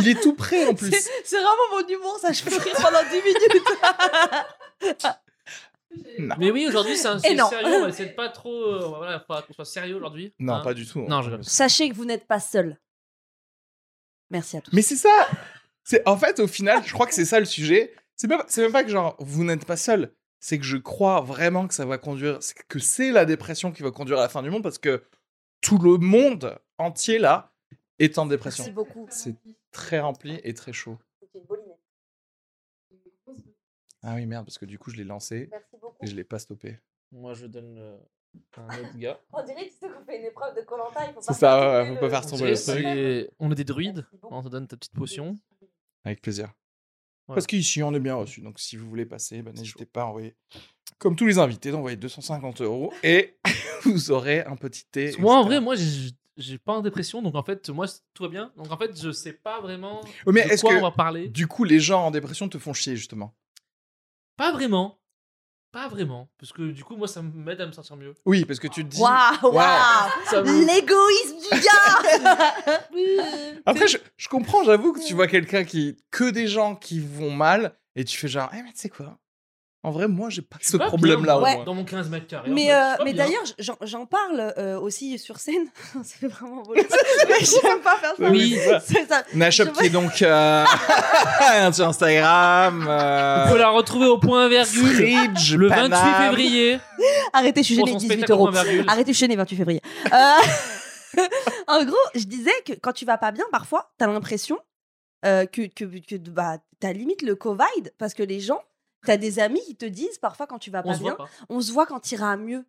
Il est tout prêt en plus. C'est c'est vraiment mon humour, ça, je peux rire pendant 10 minutes. Mais oui, aujourd'hui, c'est un sujet non. sérieux. On va essayer de pas trop. euh, voilà, faut qu'on soit sérieux aujourd'hui. Non, Hein. pas du tout. Non, je rigole. Sachez que vous n'êtes pas seul. Merci à tous. Mais c'est ça. C'est en fait au final, je crois que c'est ça le sujet. C'est même, c'est même pas que genre vous n'êtes pas seul. C'est que je crois vraiment que ça va conduire, c'est que c'est la dépression qui va conduire à la fin du monde parce que tout le monde entier là est en Merci dépression. beaucoup. C'est très rempli et très chaud. Ah oui merde parce que du coup je l'ai lancé Merci beaucoup. et je l'ai pas stoppé. Moi, je donne euh, un autre gars. On dirait que qu'on fait une épreuve de Colanta, il faut C'est ça, ouais, ouais, faut pas faire tomber le truc. On est des druides. On te donne ta petite potion. Avec plaisir. Voilà. Parce qu'ici on est bien reçu donc si vous voulez passer, ben, n'hésitez pas à envoyer. Comme tous les invités, d'envoyer 250 euros et vous aurez un petit thé. Moi, en etc. vrai, moi, j'ai j'ai pas en dépression. Donc, en fait, moi, tout va bien. Donc, en fait, je sais pas vraiment Ouais, mais de est-ce quoi que on va parler. Du coup, les gens en dépression te font chier, justement. Pas vraiment. Pas vraiment. Parce que du coup, moi, ça m'aide à me sentir mieux. Oui, parce que tu te dis. Waouh, waouh Ça me- L'égoïsme du gars Après, je, je comprends, j'avoue que tu vois quelqu'un qui. que des gens qui vont mal et tu fais genre, eh, mais tu sais quoi En vrai, moi, j'ai pas ce pas bien, problème-là, au moi. moins. Dans mon 15 mètres carrés. en fait, Mais, je euh, suis pas mais bien. d'ailleurs, j'en- j'en parle euh, aussi sur scène. c'est vraiment beau. mais j'aime pas faire ça. Oui. C'est ça. Nashop Je qui est donc euh, sur Instagram, On euh, peut la retrouver au point virgule Fridge, le 28 Paname. février. Arrêtez, je suis Pour gênée, son 18 spectacle euros. au point virgule. Arrêtez, je suis gênée, 28 février. Euh, en gros, je disais que quand tu vas pas bien, parfois, t'as l'impression euh, que, que, que bah, t'as limite le Covid parce que les gens, t'as des amis qui te disent parfois quand tu vas On pas se bien, voit pas. on se voit quand iras mieux.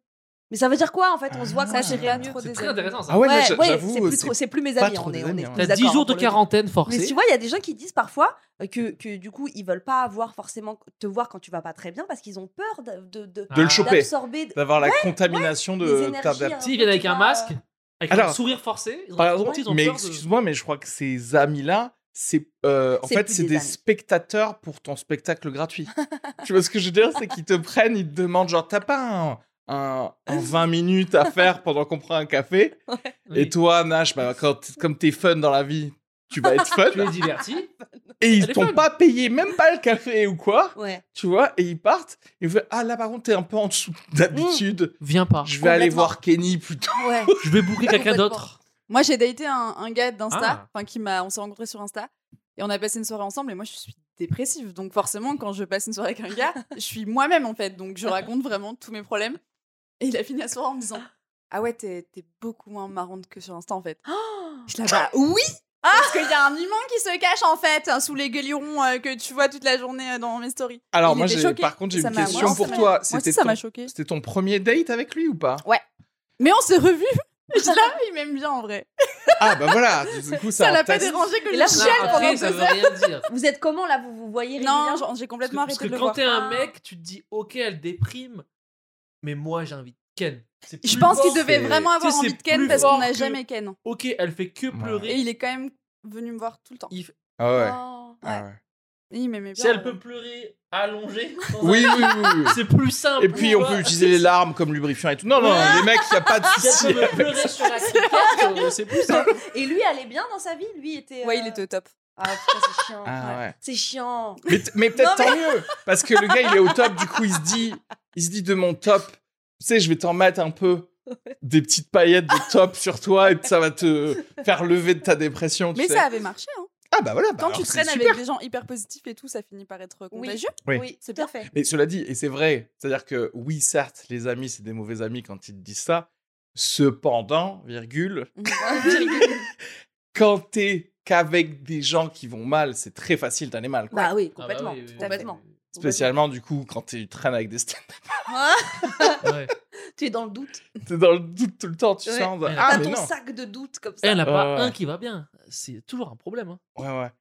Mais ça veut dire quoi en fait On se voit Ah. quand Ça, t'iras j'ai mieux. trop C'est des très amis. intéressant ça. Ah ouais, là, ouais, j'a- ouais, j'avoue. c'est plus, c'est- trop- c'est plus mes pas amis. trop on est, des on amis, est hein. tous T'as d'accord, 10 jours hein, de pour le coup. quarantaine forcée. Mais tu vois, il y a des gens qui disent parfois euh, que, que du coup, ils veulent pas avoir forcément te voir quand tu vas pas très bien parce qu'ils ont peur de- de- de- De le Ah. choper, d'absorber. De, d'avoir la contamination les de énergies, ta- ta hein. S'ils viennent avec un masque, avec un Alors, sourire forcé, ils ont, Par ils exemple, ont mais peur de- excuse-moi, mais je crois que ces amis-là, c'est euh, en C'est fait plus c'est des des amis. spectateurs pour ton spectacle gratuit. tu vois ce que je veux dire, c'est qu'ils te prennent, ils te demandent genre t'as pas un, un, un 20 minutes à faire pendant qu'on prend un café Oui. et toi Nash, bah, quand t- comme t'es fun dans la vie, tu vas être fun tu es diverti. et ils Elle est t'ont folle. pas payé, même pas le café ou quoi, Ouais. tu vois, et ils partent. Et ils font, ah là par contre, t'es un peu en dessous d'habitude. Viens pas. Je vais aller Mmh. Complètement. voir Kenny plutôt. Ouais. Je vais boucler quelqu'un d'autre. Moi, j'ai daté un, un gars d'Insta, Ah. enfin qui m'a, on s'est rencontrés sur Insta et on a passé une soirée ensemble. Et moi, je suis dépressive, donc forcément, quand je passe une soirée avec un gars, je suis moi-même en fait, donc je raconte vraiment tous mes problèmes. Et il a fini la soirée en me disant, ah ouais, t'es t'es beaucoup moins marrante que sur Insta en fait. je la bah oui. Ah. Parce qu'il y a un humain qui se cache en fait hein, sous les gueulirons euh, que tu vois toute la journée euh, dans mes stories. Alors Il moi, était j'ai- choqué. par contre, j'ai Ça une m'a- question moi, pour ça m'a- toi. Moi C'était aussi, ça ton, m'a choqué. c'était ton premier date avec lui ou pas Mais on s'est revus. Et je dis, ah oui, il m'aime bien en vrai. Ah bah voilà, du coup ça. Ça l'a t'as- pas dérangé que Et je la là, vous- chiale Non, pendant Après, ça deux veut heures. rien dire. Vous êtes comment là Vous vous voyez Non, régulièrement genre, j'ai complètement Parce que, parce arrêté que de le quand voir. t'es un mec, tu te dis, ok, elle déprime, mais moi j'invite Ken. C'est Je plus pense fort. qu'il devait c'est- vraiment tu avoir sais, envie c'est de Ken plus parce qu'on fort n'a que- jamais Ken. Ok, elle fait que pleurer. Et il est quand même venu me voir tout le temps. Il- Ah ouais. Oh, ouais. ah ouais. Et Il m'aimait bien. Si elle ouais. peut pleurer allongée, dans un- Oui, oui, oui. oui. c'est plus simple. Et puis on peut utiliser les larmes comme lubrifiant et tout. Non, non, non, les mecs, il n'y a pas de Si souci. elle peut me pleurer sur la criquette, euh, c'est plus simple. Et lui allait bien dans sa vie Lui était. euh, Ouais, il était au top. Ah putain, c'est chiant. Ah ouais. C'est chiant. Mais, t- mais peut-être Non, mais- tant mieux. Parce que le gars, il est au top, du coup, il se dit, il se dit de mon top, tu sais, je vais t'en mettre un peu des petites paillettes de top sur toi et ça va te faire lever de ta dépression. tu Mais sais. ça avait marché. hein. Ah bah voilà. bah Quand alors, tu c'est traînes super. avec des gens hyper positifs et tout, ça finit par être Oui. contagieux. Oui. c'est C'est bien bien fait. Mais cela dit, et c'est vrai, c'est-à-dire que oui, certes, les amis, c'est des mauvais amis quand ils te disent ça. Cependant, virgule, quand t'es qu'avec des gens qui vont mal, c'est très facile d'aller mal. Quoi. Bah oui, Ah bah complètement. oui, oui, oui. complètement. Spécialement, du coup, quand tu traînes avec des stand Ouais. Tu es dans le doute. T'es dans le doute tout le temps, tu Ouais. sens. Ouais. Ah, T'as mais ton non. sac de doute comme ça. Elle n'a pas Ouais, ouais. un qui va bien. C'est toujours un problème. hein. Ouais, ouais.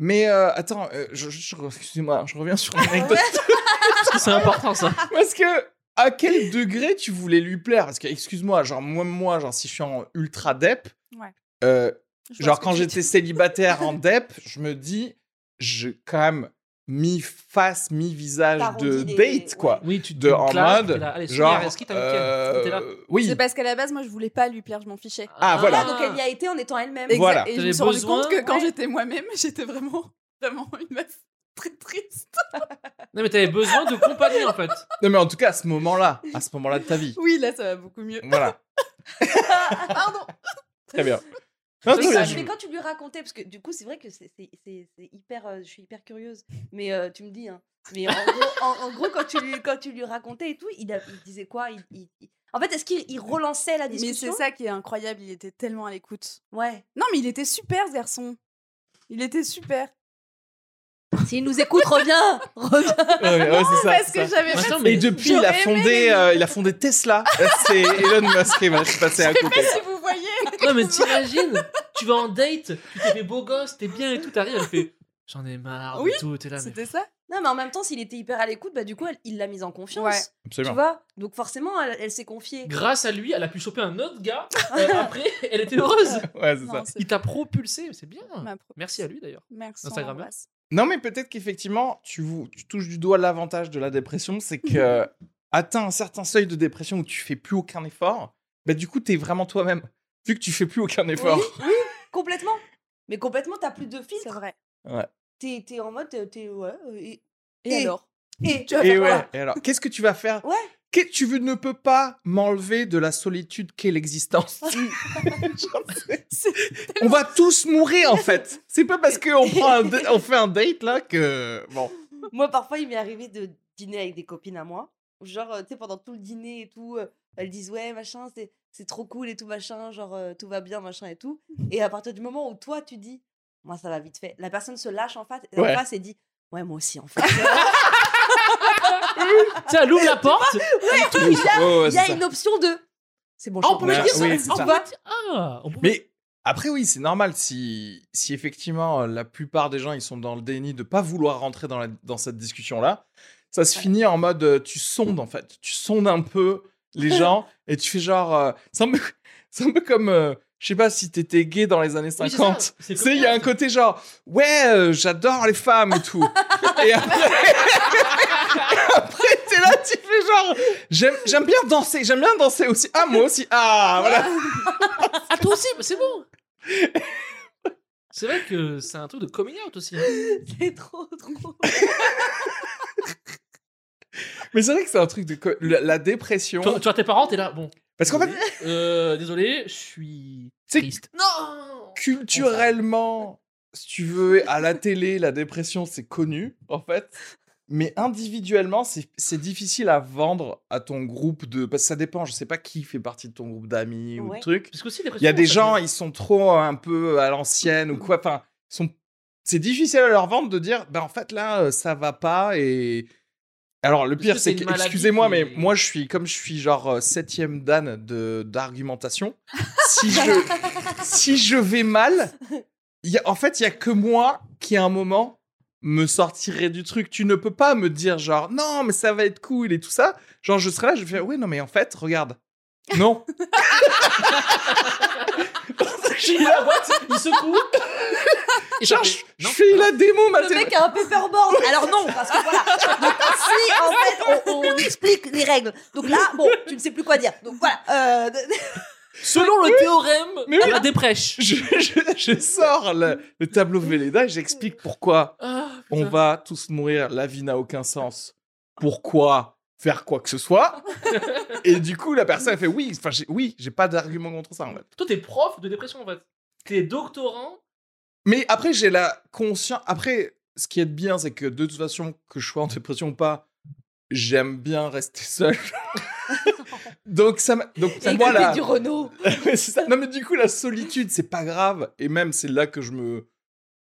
Mais euh, attends, euh, je, je- je- excusez-moi, je reviens sur l'anecdote. Parce que c'est important ça. Parce que à quel degré tu voulais lui plaire Parce que, excuse-moi, genre, moi, moi, genre, si je suis en ultra dep, Ouais. euh, Je vois genre, ce que quand tu dis. j'étais célibataire en dep, je me dis, j'ai quand même mi-face, mi-visage de T'arrondis les- date, quoi. Oui, tu te De, en claques, mode, t'es là, Allez, genre, Sonia, est-ce qu'il t'a mis euh, Ken T'es là. oui, C'est parce qu'à la base, moi, je voulais pas lui plaire, je m'en fichais. Ah, voilà. Ah, donc elle y a été en étant elle-même. Exact. Voilà. Et je T'avais me suis rendu besoin- compte que quand Ouais. j'étais moi-même, j'étais vraiment, vraiment une meuf très triste. Non, mais t'avais besoin de compagnie en fait. non, mais en tout cas, à ce moment-là, à ce moment-là de ta vie. Oui, là, ça va beaucoup mieux. Voilà, Pardon. très bien. Non, Mais très bien. quand, mais quand tu lui racontais, parce que du coup, c'est vrai que c'est c'est- c'est- c'est hyper. euh, je suis hyper curieuse, mais euh, tu me dis. Hein. Mais en gros, en- en gros, quand, tu lui, quand tu lui racontais et tout, il, a- il disait quoi il, il- il- En fait, est-ce qu'il il relançait la Mais discussion c'est ça qui est incroyable, il était tellement à l'écoute. Ouais. Non, mais il était super, ce garçon. Il était super. S'il nous écoute, reviens Reviens Ouais, ouais, c'est ça, Parce c'est que ça. j'avais Attends, pas mais Et depuis, il a J'aurais aimé fondé, les- euh, il a fondé Tesla. Euh, C'est Elon Musk qui va passer à côté. si vous voyez. Non, mais t'imagines, tu vas en date, tu t'es fait beau gosse, t'es bien et tout, t'arrives, elle fait J'en ai marre Oui, et tout, t'es là. Mais... C'était ça Non, mais en même temps, s'il était hyper à l'écoute, bah du coup, elle- il l'a mise en confiance. Ouais. Tu Absolument. vois Donc forcément, elle, elle s'est confiée. Grâce à lui, elle a pu choper un autre gars. euh, après, elle était heureuse. Ouais, c'est ça. Non, c'est Il t'a propulsé, c'est bien. ma pro- Merci à lui d'ailleurs. Merci. Instagram. on l'embrasse. Non, mais peut-être qu'effectivement, tu, vous- tu touches du doigt l'avantage de la dépression, c'est que atteint un certain seuil de dépression où tu fais plus aucun effort, bah du coup, t'es vraiment toi-même. Vu que tu fais plus aucun effort. Oui, oui, complètement. Mais complètement, t'as plus de C'est filtre. vrai. T'es t'es en mode, t'es- t'es ouais. euh, Et, Et, Et- alors et- Tu vas Et faire ouais. quoi Et alors, qu'est-ce que tu vas faire Ouais. Qu'est- tu veux- ne peux pas m'enlever de la solitude qu'est l'existence. on va tous mourir en fait. C'est pas parce qu'on prend un da- on fait un date là que bon. Moi, parfois, il m'est arrivé de dîner avec des copines à moi. Genre, euh, tu sais, pendant tout le dîner et tout, euh, elles disent ouais, machin, c'est, c'est trop cool et tout, machin, genre, euh, tout va bien, machin et tout. Et à partir du moment où toi, tu dis, moi, ça va vite fait, la personne se lâche en face, en Ouais. face et dit, ouais, moi aussi, en fait. Tu sais, elle ouvre la porte. Ouais, Oh, ouais, Il y a c'est ça. une option de. C'est bon, Ah, je on suis pouvait en Ouais, dire place. ça. oui, c'est on ça. pouvait dire- Ah, on pouvait- Mais après, oui, c'est normal si, si effectivement euh, la plupart des gens ils sont dans le déni de pas vouloir rentrer dans, la- dans cette discussion là. Ça se finit en mode euh, tu sondes en fait, tu sondes un peu les gens et tu fais genre. euh, c'est un peu, c'est un peu comme. euh, je sais pas si t'étais gay dans les années Oui, c'est 50. ça, tu c'est sais, il y a un côté genre, ouais, euh, j'adore les femmes et tout. et après, après t'es là, tu fais genre, j'aime j'aime bien danser, j'aime bien danser aussi. Ah, moi aussi. Ah, voilà. Ah, toi aussi, bah, c'est bon. C'est vrai que c'est un truc de coming out aussi. hein. C'est trop, trop. Mais c'est vrai que c'est un truc de. co- La, la dépression. Tu vois- tu vois tes parents, t'es là, bon. Parce qu'en fait, Euh, désolé, je suis C'est- triste. Non culturellement, si tu veux, à la télé, la dépression, c'est connu, en fait. Mais individuellement, c'est c'est difficile à vendre à ton groupe de. Parce que ça dépend, je sais pas qui fait partie de ton groupe d'amis ou Ouais. de trucs. Parce que si, Il y a des gens, ils sont trop euh, un peu à l'ancienne ou quoi. Enfin, ils sont... c'est difficile à leur vendre de dire, ben en fait là, euh, ça va pas et. Alors le Parce pire, que c'est c'est que, une maladie excusez-moi, qui- mais moi je suis comme je suis genre euh, septième dan de d'argumentation. si je si je vais mal, il y a- en fait il y a que moi qui à un moment me sortirait du truc. Tu ne peux pas me dire genre non mais ça va être cool et tout ça. Genre je serais là, je fais ouais non mais en fait regarde non. Il la boîte, il secoue. Et Genre, ça je, fait- je non. fais la démo, ma Le télé. mec a un paperboard. Alors non, parce que voilà. Donc, si, en fait, on, on explique les règles. Donc là, bon, tu ne sais plus quoi dire. Donc voilà. euh, Selon le théorème Mais oui. de la déprèche. Je, je- je sors le, le tableau Velleda et j'explique pourquoi Ah, on putain. va tous mourir, la vie n'a aucun sens. Pourquoi faire quoi que ce soit Et du coup, la personne elle fait oui, enfin j'ai- oui, j'ai pas d'argument contre ça en fait. Toi, t'es prof de dépression en fait. T'es doctorant. Mais après, j'ai la conscience. Après, ce qui est bien, c'est que de toute façon, que je sois en dépression ou pas, j'aime bien rester seul. Donc ça, m'a- donc et pour moi là, euh, du Renault. Ouais, c'est ça. Non, mais du coup, la solitude, c'est pas grave. Et même, c'est là que je me.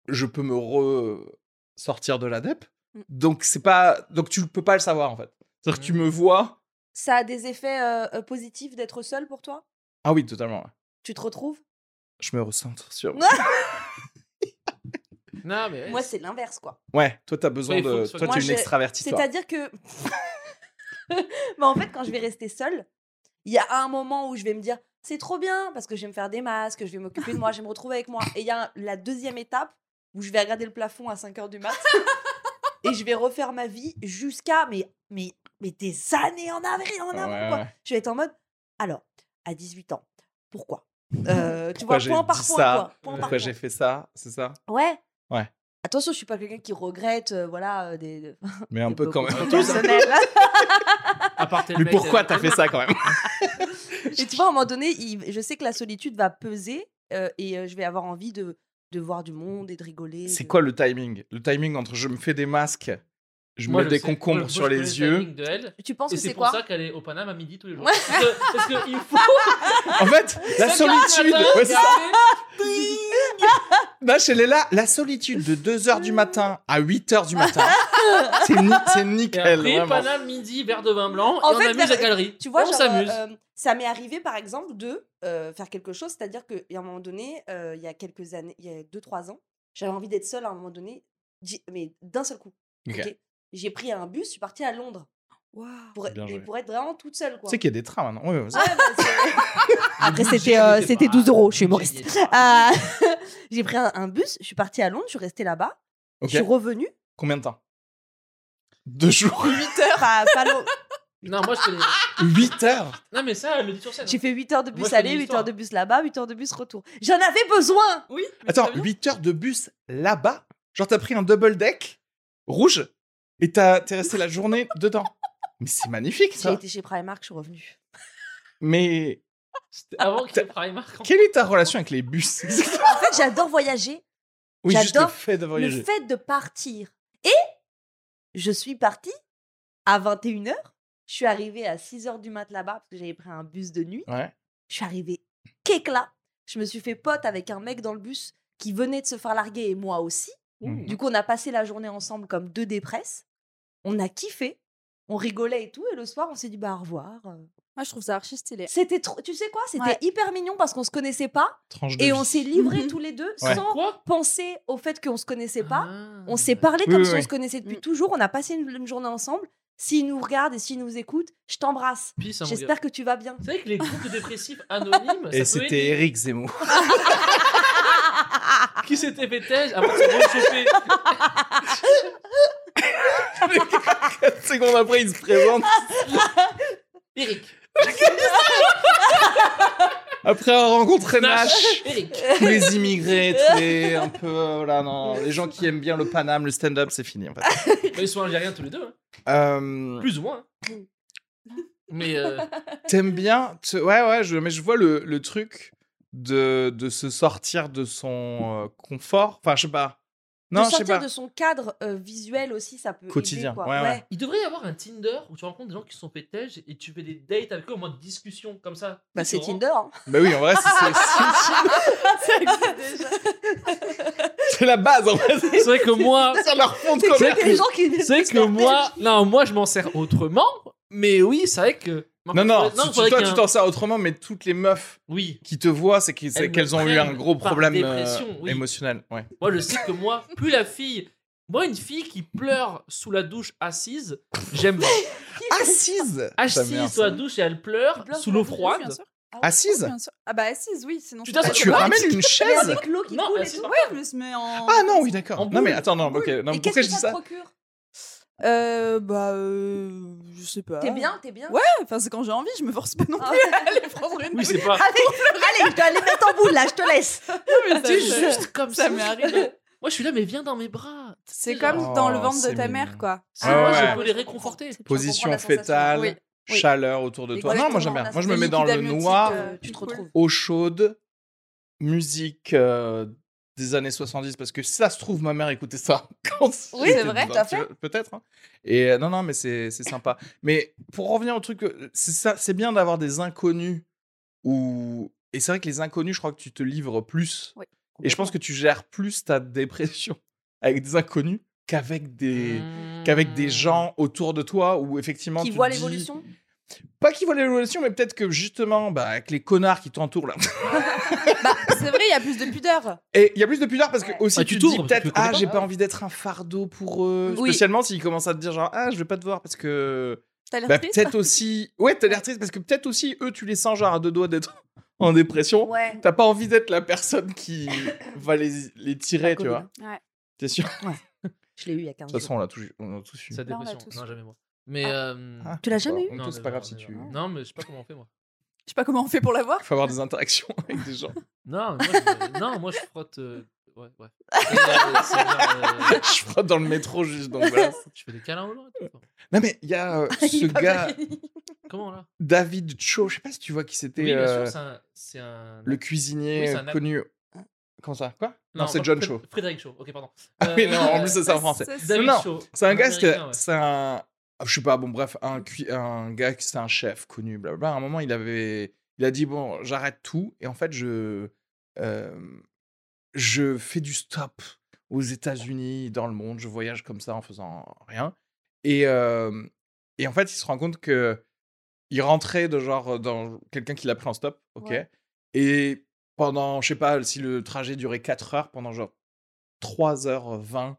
Je peux me re- sortir de l'adep. Mm. Donc, c'est pas. Donc, tu peux pas le savoir, en fait. C'est-à-dire Mm. que tu me vois. Ça a des effets euh, euh, positifs d'être seul pour toi Ah oui, totalement. ouais. Tu te retrouves Je me recentre sur. Ouais. Non, mais. ouais, Moi, c'est l'inverse, quoi. Ouais, toi, t'as besoin Ouais, il faut de. que ce soit- Toi, Moi, t'es une j'ai- extravertie, toi. C'est-à-dire que. Mais en fait, quand je vais rester seule, il y a un moment où je vais me dire c'est trop bien parce que je vais me faire des masques, je vais m'occuper de moi, je vais me retrouver avec moi. Et il y a la deuxième étape où je vais regarder le plafond à 5 h du mat et je vais refaire ma vie jusqu'à mais, mais, mais des années en avril, en Ouais, avant. quoi. ouais. Je vais être en mode alors, à 18 ans, pourquoi Euh, Tu Pourquoi j'ai vois, point par dit point. ça quoi, point par Pourquoi j'ai point. fait ça C'est ça Ouais. Ouais. Attention, je suis pas quelqu'un qui regrette, euh, voilà, euh, des, Mais un des peu quand même. beaucoup personnels. À part tes Mais mecs, pourquoi euh, t'as fait ça quand même Et tu vois, à un moment donné, il- je sais que la solitude va peser euh, et euh, je vais avoir envie de, de voir du monde et de rigoler. C'est de- quoi le timing Le timing entre je me fais des masques, je Moi, mets je des sais- concombres moi, je sur connais le les yeux. timing de elle. Tu penses Et que c'est c'est pour quoi ça qu'elle est au Paname à midi tous les jours. Parce que- parce qu'il faut. En fait, la solitude. Ouais, c'est ça. Non, chez Léla, la solitude de 2h du matin à 8h du matin, c'est ni- c'est Et nickel. après, vraiment. Paname midi, verre de vin blanc, En et fait, on amuse la vers- galerie. Tu vois, Et on genre, s'amuse. euh, euh, ça m'est arrivé par exemple de euh, faire quelque chose, c'est-à-dire qu'à un moment donné, euh, il y a quelques années, il y a 2-3 ans, j'avais envie d'être seule à un moment donné, j'ai- mais d'un seul coup. Ok. ok J'ai pris un bus, je suis partie à Londres pour, Bien et joué. pour être vraiment toute seule. Quoi. Tu sais qu'il y a des trains maintenant. Ouais, ouais, Ouais, bah, c'est- Après, J'ai c'était, dit, euh, j'étais c'était pas- 12 euros, je suis humoriste. J'ai dit, j'étais pas- Ah, j'ai pris un, un bus, je suis partie à Londres, je suis restée là-bas, Ok. je suis revenue. Combien de temps Deux jours. 8 heures. Pas- pas long. Non, moi je connais. 8 heures Non, mais ça, elle le dit sur scène. hein. J'ai fait 8 heures de Moi, bus je connais aller, 8 l'histoire. heures de bus là-bas, 8 heures de bus retour. J'en avais besoin Oui. Attends, 8 heures de bus là-bas Genre, t'as pris un double deck rouge et t'as- t'es resté la journée dedans. Mais c'est magnifique J'ai ça. été chez Primark, je suis revenue. Mais C'était Avant qu'il y ait Primark. en fait. quelle est ta relation avec les bus En fait, j'adore voyager, Oui, juste le J'adore fait de le voyager. fait de partir. Et je suis partie à 21h, je suis arrivée à 6h du mat là-bas parce que j'avais pris un bus de Ah. nuit. Ouais. Je suis arrivée qu'éclat. Je me suis fait pote avec un mec dans le bus qui venait de se faire larguer et moi aussi. Mhm. Du coup, on a passé la journée ensemble comme deux dépresses. On a kiffé, on rigolait et tout. Et le soir, on s'est dit bah au revoir. Moi, je trouve ça archi stylé. C'était trop. Tu sais quoi C'était Ouais. hyper mignon parce qu'on se connaissait pas Tranche de et vie. Mmh on s'est livrés Mhm. tous les deux Ouais. sans Quoi penser au fait qu'on se connaissait pas. Ah. On s'est parlé comme Oui, si oui, Mmh. on oui. se connaissait depuis Mm. toujours. On a passé une, une journée ensemble. S'il nous regarde et s'il nous écoute, je t'embrasse. Peace, hein, mon gars. J'espère que tu vas bien. C'est vrai que les groupes de dépressifs anonymes. Et ça peut c'était aider. Eric Zemmour. Qui s'était fait têche avant de se choper. Quatre secondes après, il se présente. Eric. Ah Après avoir rencontré Nash, Eric. Bah, tous les immigrés, tous les un peu, euh, voilà, non, les gens qui aiment bien le Paname, le stand-up, c'est fini en fait. Mais ils sont algériens tous les deux, hein. Euh, plus ou moins. Mais euh, T'aimes bien tu- Ouais, ouais, je, mais je vois le, le truc de, de se sortir de son euh, confort. Enfin, je sais pas. Non, de je sais sortir pas. de son cadre euh, visuel aussi, ça peut. aider, Quotidien, quoi. ouais, ouais. il devrait y avoir un Tinder où tu rencontres des gens qui se sont fait tège et tu fais des dates avec eux en mode discussion comme ça. Bah, Tu c'est te Tinder. hein. Bah oui, en vrai, c'est- c'est- c'est- c'est la base, en vrai. rends- C'est vrai que moi, C'est leur fond de C'est commerce. que les gens qui viennent c'est se que faire moi, non, moi je m'en sers autrement. Mais oui, c'est vrai que. Non, non, tu- tu- faudrait toi, qu'un- tu t'en sers autrement, mais toutes les meufs Oui, qui te voient, c'est qu'ils- Elles c'est qu'elles me ont eu un prennent gros par problème euh, dépression, oui. émotionnel. Ouais. Moi, je sais que moi, plus la fille. Moi, une fille qui pleure sous la douche assise, j'aime pas. Assise Assise sous la douche et elle pleure Plein sous de l'eau produits, froide. bien sûr. Ah ouais, Assise bien sûr. Ah bah assise, oui, sinon. Tu je peux t'as- pas Tu le faire. ramènes une Mais chaise avec l'eau qui Non, coule euh, et assise tout. par Oui, je me mets en. Ah non, oui, En d'accord. Non, mais boule. attends, non, ok. Non, Et mais qu'est-ce pourquoi que je dis ça te ça procure Euh, bah, euh, je sais pas. Ah. T'es bien, t'es bien. Ouais, enfin, c'est quand j'ai envie, je me force pas non Ah. plus à aller prendre une. Oui, c'est Ah, pas. Allez, je dois aller mettre en boule là, je te laisse. mais C'est ça- ça- juste comme ça. ça m'est arrivé. Moi, je suis là, mais viens dans mes bras. C'est genre- comme dans le Oh, ventre de c'est ta mignon. mère, quoi. C'est Ouais, moi, Ah ouais. je peux les réconforter. Position fétale. fétale, Oui, oui. chaleur autour de toi. Non, moi j'aime Exactement, bien. la Moi je me stratégie mets dans le d'amniotique, noir, euh, Tu te cool. retrouves. eau chaude, musique euh, des années 70, parce que si ça se trouve, ma mère écoutait ça. quand Oui, j'étais c'est vrai, dans- tout à fait. Peut-être. hein. Et euh, non, non, mais c'est c'est sympa. Mais pour revenir au truc, euh, c'est ça, c'est bien d'avoir des inconnus ou. Et c'est vrai que les inconnus, je crois que tu te livres plus. Oui, Et je pense que tu gères plus ta dépression avec des inconnus qu'avec des Mmh. qu'avec des gens autour de toi où effectivement Mmh. Qui tu voit te dis- l'évolution pas qui voient l'évolution mais peut-être que justement bah, avec les connards qui t'entourent là Bah, c'est vrai, il y a plus de pudeur. et il y a plus de pudeur parce que Ouais. aussi Bah, tu, tu te dis t'ouvres, parce peut-être que tu connais ah pas. j'ai pas envie d'être un fardeau pour eux Oui. spécialement s'ils commencent à te dire genre ah je vais pas te voir parce que T'as l'air bah, triste. peut-être aussi ouais t'as l'air triste parce que peut-être aussi eux tu les sens genre à deux doigts d'être en dépression Ouais. t'as pas envie d'être la personne qui va les, les tirer tu vois Ouais. t'es sûr de Je l'ai eu il y a 15 toute façon jours. on l'a tous on a tous eu Ça Non, on l'a dépression. tous. Non, jamais moi. Mais. euh, Ah. Tu l'as jamais eu on non, tous, c'est pas non, grave si non, tu non. Non, mais je sais pas comment on fait, moi. Je sais pas comment on fait pour l'avoir. faut avoir des interactions avec des gens Non, moi, je, non, moi, je frotte. euh, Ouais, ouais. Euh, c'est bien, euh, je frotte dans le métro juste donc voilà. Je fais des câlins aux gens et tout. Non mais il y a euh, ce gars Comment là David Cho, je sais pas si tu vois qui c'était Oui, bien euh, sûr, c'est un- c'est un. le cuisinier Oui, c'est un euh, ac- connu. Comment ça Quoi Non, c'est pas John Fred- Cho. Frédéric Cho, ok, pardon. Euh, Ah oui, non, en plus c'est ça en Ça, français. ça, Bah, c'est- David Non, Cho. C'est un gars, c'est Américain, ouais. c'est un ah, je sais pas, bon bref, un cui- un gars qui c'est un chef connu blablabla. À un moment, il avait il a dit bon, j'arrête tout et en fait, je euh, je fais du stop aux États-Unis, dans le monde, je voyage comme ça en faisant rien. Et, euh, et en fait, il se rend compte que il rentrait de genre dans quelqu'un qui l'a pris en stop, ok. Ouais. Et pendant, je sais pas, si le trajet durait 4 heures, pendant genre 3h20,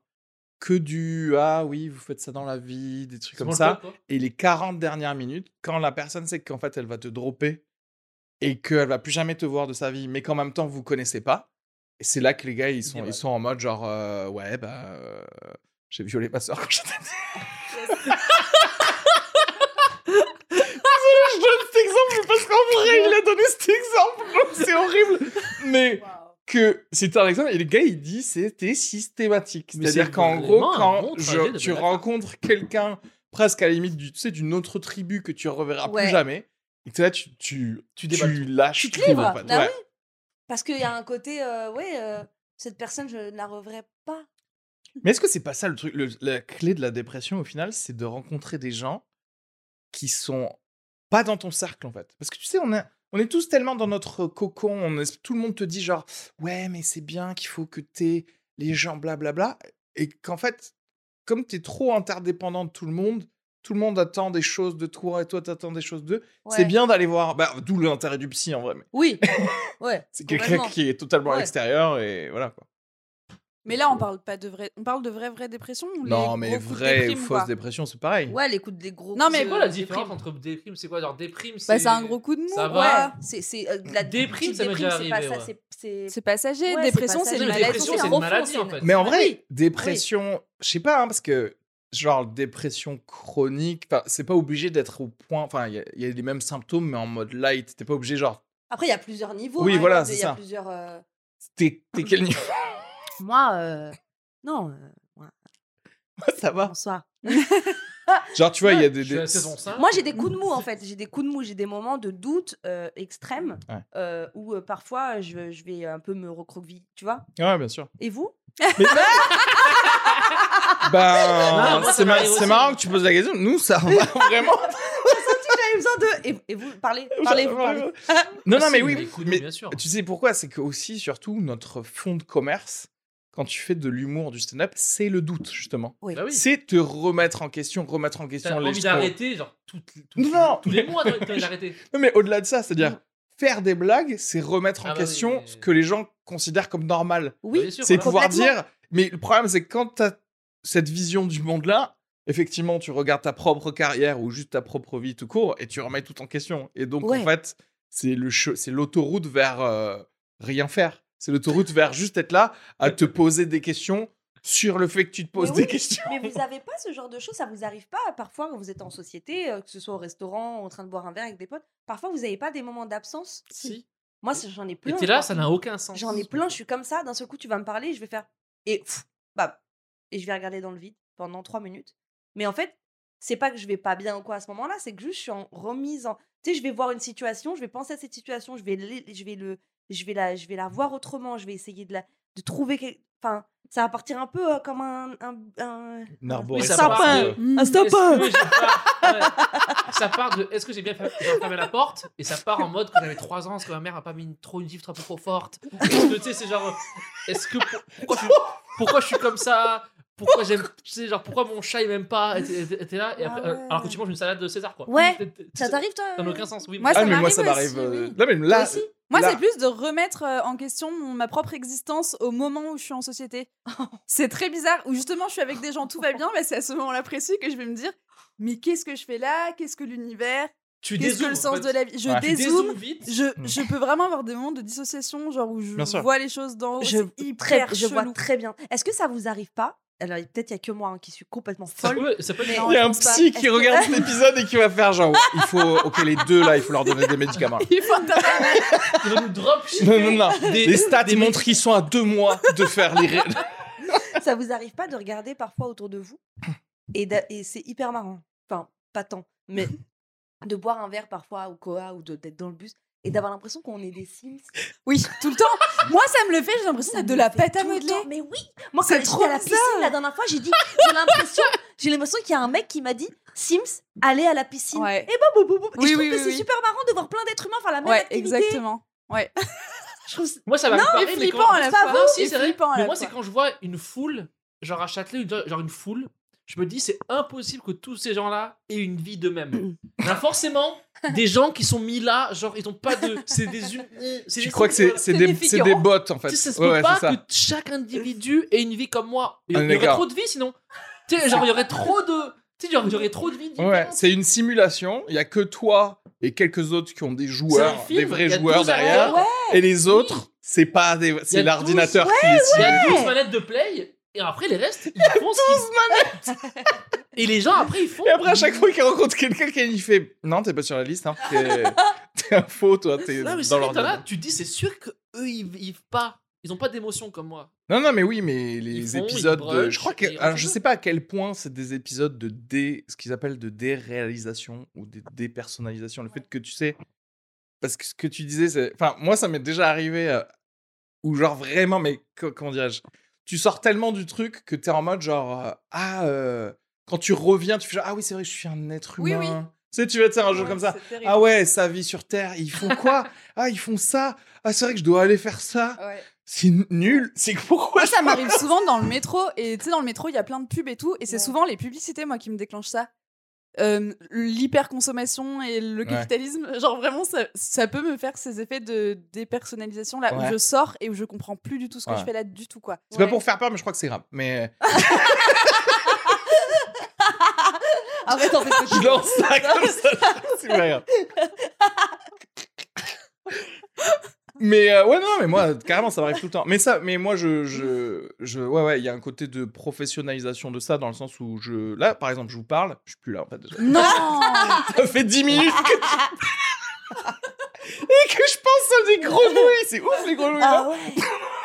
que du ah oui, vous faites ça dans la vie, des trucs C'est comme bon, ça le code, quoi et les 40 dernières minutes, quand la personne sait qu'en fait elle va te dropper et qu'elle va plus jamais te voir de sa vie, mais qu'en même temps vous connaissez pas, et c'est là que les gars ils sont, Débat. ils sont en mode genre euh, ouais bah euh, j'ai violé ma soeur quand j'étais. Désolé, je donne cet exemple parce qu'en vrai il a donné cet exemple, donc c'est horrible, mais que c'est un exemple et le gars il dit c'était systématique Mais c'est à dire c'est qu'en gros vraiment un quand bon je- trajet de hein. tu bâtard. rencontres quelqu'un presque à la limite du, tu sais, d'une autre tribu que tu reverras Ouais. plus jamais et que là tu tu, Tu déballes tu lâches Tu te tout, livres, en fait. bah Ouais. Parce qu'il y a un côté, euh, ouais, euh, cette personne, je ne la reverrai pas. mais est-ce que c'est pas ça le truc le- la clé de la dépression au final c'est de rencontrer des gens qui sont pas dans ton cercle en fait parce que tu sais on a on est tous tellement dans notre cocon, on est- tout le monde te dit genre ouais mais c'est bien qu'il faut que t'aies les gens blablabla et qu'en fait comme t'es trop interdépendant de tout le monde, tout le monde attend des choses de toi et toi t'attends des choses d'eux. C'est Ouais. bien d'aller voir, bah, d'où l'intérêt du psy en vrai. mais Oui. Ouais. C'est quelqu'un Complètement. qui est totalement à Ouais. l'extérieur et voilà quoi. Mais là, on parle pas de vrai. On parle de vraie, vraie dépression ou les non mais gros coups de vraie ou déprime, quoi fausse dépression c'est pareil. Ouais, elle écoute des gros. Non, mais coups C'est de- quoi la de différence déprime. entre déprime C'est quoi genre déprime Bah, c'est un gros coup de mou. Ça ouais. va. Ouais, c'est c'est euh, la Déprime, petite ça m'est déprime, déjà c'est pas arrivé, ça, ouais. c'est- c'est C'est passager. Ouais, c'est dépression, c'est passager. Non, une mais maladie. dépression, c'est c'est une un- un maladie, refond, en c'est fait. une- Mais en Ah vrai, oui. dépression, je sais pas, hein, parce que genre dépression chronique, enfin, c'est pas obligé d'être au point. Enfin, il y, a- il y a les mêmes symptômes, mais en mode light. T'es pas obligé, genre, Après, il y a plusieurs niveaux. Oui, hein, voilà, il y a- c'est il y a ça. plusieurs, euh, T'es t'es quel niveau Moi, euh, non, euh, Ça va. bonsoir. Genre, tu vois, il y a des. Je suis à la des... saison 5. Moi, j'ai des coups de mou en fait. J'ai des coups de mou, j'ai des moments de doute euh, extrême Ouais. euh, où euh, parfois je, je vais un peu me recroqueviller, tu vois. Ouais, bien sûr. Et vous Non, Ben, moi, ça c'est ma- m'arrive c'est aussi. marrant que tu poses la question. Nous, ça va vraiment. J'avais besoin de. Et, et vous parlez, parlez, vous parlez. Non, Ah, non, si, mais il y a oui. des coups de mou, Mais bien sûr. tu sais pourquoi C'est que aussi, surtout, notre fond de commerce, quand tu fais de l'humour, du stand-up, c'est le doute, justement. Bah oui. C'est te remettre en question, remettre en T'as question les envie choses. d'arrêter, genre, toutes- toutes- Non. tous les mois, t'as envie d'arrêter. Non, mais au-delà de ça, c'est-à-dire. Faire des blagues, c'est remettre en Ah bah oui, question mais- ce que les gens considèrent comme normal. Bien Oui. sûr, C'est voilà. pouvoir Complètement. dire. Mais le problème, c'est que quand t'as cette vision du monde-là, effectivement, tu regardes ta propre carrière ou juste ta propre vie tout court et tu remets tout en question. Et donc, Ouais. en fait, c'est le che- c'est l'autoroute vers euh, rien faire. C'est l'autoroute vers juste être là à te poser des questions sur le fait que tu te poses Mais oui. des questions. Mais vous avez pas ce genre de choses, ça vous arrive pas parfois quand vous êtes en société, euh, que ce soit au restaurant, en train de boire un verre avec des potes. Parfois, vous avez pas des moments d'absence. Si. Moi, ça, j'en ai Et plein. t'es je là, pense. ça n'a aucun sens. J'en ai plein, je suis comme ça. D'un seul coup, tu vas me parler, je vais faire. Et pff, bam. Et je vais regarder dans le vide pendant trois minutes. Mais en fait, c'est pas que je vais pas bien ou quoi à ce moment-là, c'est que juste je suis en remise en. Tu sais, je vais voir une situation, je vais penser à cette situation, je vais, l'é- je vais, le, je vais, la, je vais la voir autrement, je vais essayer de, la, de trouver. quel- Enfin, ça va partir un peu euh, comme un. un, un- Oui, ça Sapin. part de- Mm. stop Est-ce que j'ai pas- Ah ouais. Ça part de est-ce que j'ai bien fait- bien fermé la porte Et ça part en mode quand j'avais 3 ans, est-ce que ma mère a pas mis une, trop une gifle un peu trop forte Est-ce que tu sais, c'est genre. Est-ce que. pour- pourquoi, je, pourquoi je suis comme ça Pourquoi j'aime. Tu sais, genre, pourquoi mon chat il m'aime pas Et t'es- t'es- t'es là, et Ah après- euh, ouais. alors que tu manges une salade de César quoi. Ouais. T'es- t'es- Ça t'arrive, toi Mmh, euh? Ça n'a aucun sens, oui. Moi, Ah, ça mais moi, m'arrive ça m'arrive. aussi, euh, oui. Là, mais là, aussi Moi, Là. c'est plus de remettre euh, en question mon- ma propre existence au moment où je suis en société. c'est très bizarre. Où justement, je suis avec des gens, tout va bien, mais c'est à ce moment-là précis que je vais me dire Mais qu'est-ce que je fais là Qu'est-ce que l'univers Tu Qu'est-ce que dézoomes, le en sens fait. de la vie Je Ouais. Tu dézoomes dézoome. vite. Je, Mm. je peux vraiment avoir des moments de dissociation, genre où je Bien sûr. vois les choses d'en haut. je, c'est très, hyper je vois chelou. très bien. Est-ce que ça vous arrive pas Alors, peut-être il y a que moi hein, qui suis complètement Ça folle. peut, ça peut être Mais- marrant. il y a un je pense pas. psy qui Est-ce que- regarde cet épisode et qui va faire genre, oh, il faut, ok, les deux là, il faut leur donner des médicaments. Il faut intervenir. Tu vas nous drop Non, non, non. Des- Les stats des- montrent qu'ils sont à deux mois de faire les. ré- ça vous arrive pas de regarder parfois autour de vous et, d'a- et c'est hyper marrant. Enfin, pas tant, mais de boire un verre parfois au Coa ou de- d'être dans le bus et d'avoir l'impression qu'on est des Sims. Oui, tout le temps. Moi, ça me le fait, j'ai l'impression Ça d'être de me la fait pâte à tout le modeler. temps. Mais oui, moi C'est quand j'étais trop à la piscine la dernière fois, j'ai dit j'ai l'impression, j'ai l'impression qu'il y a un mec qui m'a dit Sims, allez à la piscine. Ouais, Et, bah, bah, bah, bah. Et Oui, je trouve oui, que oui, c'est oui. super marrant de voir plein d'êtres humains faire la même ouais activité. exactement. Ouais. Je trouve ça- Moi, ça va Non, me parler, mais mais quand- flippant à la C'est pas fois. vous, Non, si, Et c'est vrai. flippant à Mais la moi, fois. c'est quand je vois une foule, genre à Châtelet, une- genre une foule, je me dis, c'est impossible que tous ces gens-là aient une vie d'eux-mêmes. Il y a forcément des gens qui sont mis là, genre, ils n'ont pas de. C'est des. hum- c'est Tu des- crois que c'est c'est c'est des, des c'est des figurants. bots en fait. Tu sais, ça se Ouais, peut ouais, pas c'est ça. que chaque individu ait une vie comme moi. Il y Ah, aurait d'accord. trop de vie sinon. Tu sais, genre, il y aurait trop de. Tu sais, genre, il y aurait trop de vie. Ouais, c'est une simulation. Il y a que toi et quelques autres qui ont des joueurs, des vrais joueurs derrière. Ouais. Et les autres, c'est pas des, Il y c'est a l'ordinateur qui les Il y a simule. 12 manettes de play, et après, les restes, ils font ce qu'ils. Et les gens, après, ils font. Et après, à chaque fois qu'il rencontre quelqu'un, il fait Non, t'es pas sur la liste, hein. T'es t'es un faux, toi. T'es Non, dans mais c'est vrai, t'en as, l'ordinateur. tu te dis, c'est sûr que eux ils vivent pas. Ils ont pas d'émotion comme moi. Non, non, mais oui, mais les Ils font, ils épisodes. de- brunchent, je crois ils que. Alors, je rentrent. sais pas à quel point c'est des épisodes de dé. ce qu'ils appellent de déréalisation ou de dépersonnalisation. Le fait que tu sais. Parce que ce que tu disais, c'est. Enfin, moi, ça m'est déjà arrivé euh, où, genre, vraiment, mais co- comment dirais-je Tu sors tellement du truc que t'es en mode, genre, euh, ah, euh, quand tu reviens, tu fais genre, ah oui, c'est vrai, je suis un être Oui, humain. oui. Tu sais, tu vas te faire un jeu Ouais, comme ça. c'est terrible. Ah ouais, sa vie sur Terre, ils font quoi Ah, ils font ça Ah, c'est vrai que je dois aller faire ça Ouais. C'est nul C'est que pourquoi Moi, ça m'arrive souvent dans le métro. Et tu sais, dans le métro, il y a plein de pubs et tout. Et c'est Ouais. souvent les publicités, moi, qui me déclenchent ça. Euh, L'hyperconsommation et le capitalisme. Genre, vraiment, ça, ça peut me faire ces effets de dépersonnalisation là Ouais. où je sors et où je comprends plus du tout ce que Ouais. je fais là du tout, quoi. C'est pas pour faire peur, mais je crois que c'est grave. Mais euh, Arrête, en fait, que je tu- lance ça comme ça. C'est pas grave. Mais euh, ouais, non, mais moi, carrément, ça m'arrive tout le temps. Mais ça, mais moi, je, je, je ouais, ouais, il y a un côté de professionnalisation de ça dans le sens où je, là, par exemple, je vous parle, je suis plus là en fait. déjà. Non Ça fait 10 minutes que je... et que je pense des grenouilles C'est ouf, les grenouilles là. hein.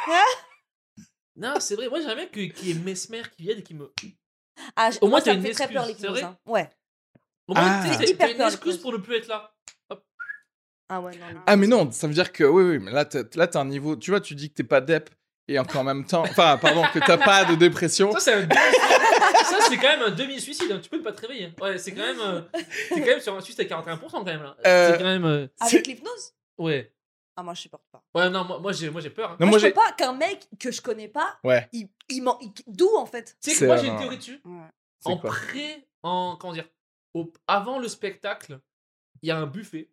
Ah ouais. Non, c'est vrai. Moi, j'aimerais que qu'il y ait Mesmer qui vienne et qui me. Ah, j- Au moins, moi, ça t'as me une fait très peur les excuse, c'est clowns, vrai hein. Ouais. Au Ah. moins, tu sais, J'ai t'as- hyper t'as une peur des excuse clowns. pour ne plus être là. Ah ouais, non, non. Ah, mais non, ça veut dire que. Oui, oui, mais là, t'as là, t'as un niveau. Tu vois, tu dis que t'es pas dep et en qu'en même temps. Enfin, pardon, que t'as pas de dépression. Ça, c'est un demi- Ça, c'est quand même un demi-suicide. hein. Tu peux ne pas te réveiller. Ouais, c'est quand même. euh, T'es quand même sur un suicide à 41% quand même là. Euh. C'est quand même. euh, C'est- Avec l'hypnose Ouais. Ah, moi, je supporte pas. Ouais, non, moi, moi, j'ai moi, j'ai peur. hein. Non, moi, moi je j'ai. peux pas qu'un mec que je connais pas, Ouais. il, il m'en- il- D'où, en fait Tu sais C'est que moi, un- j'ai une théorie dessus. C'est En quoi pré. En. Comment dire au- Avant le spectacle, il y a un buffet.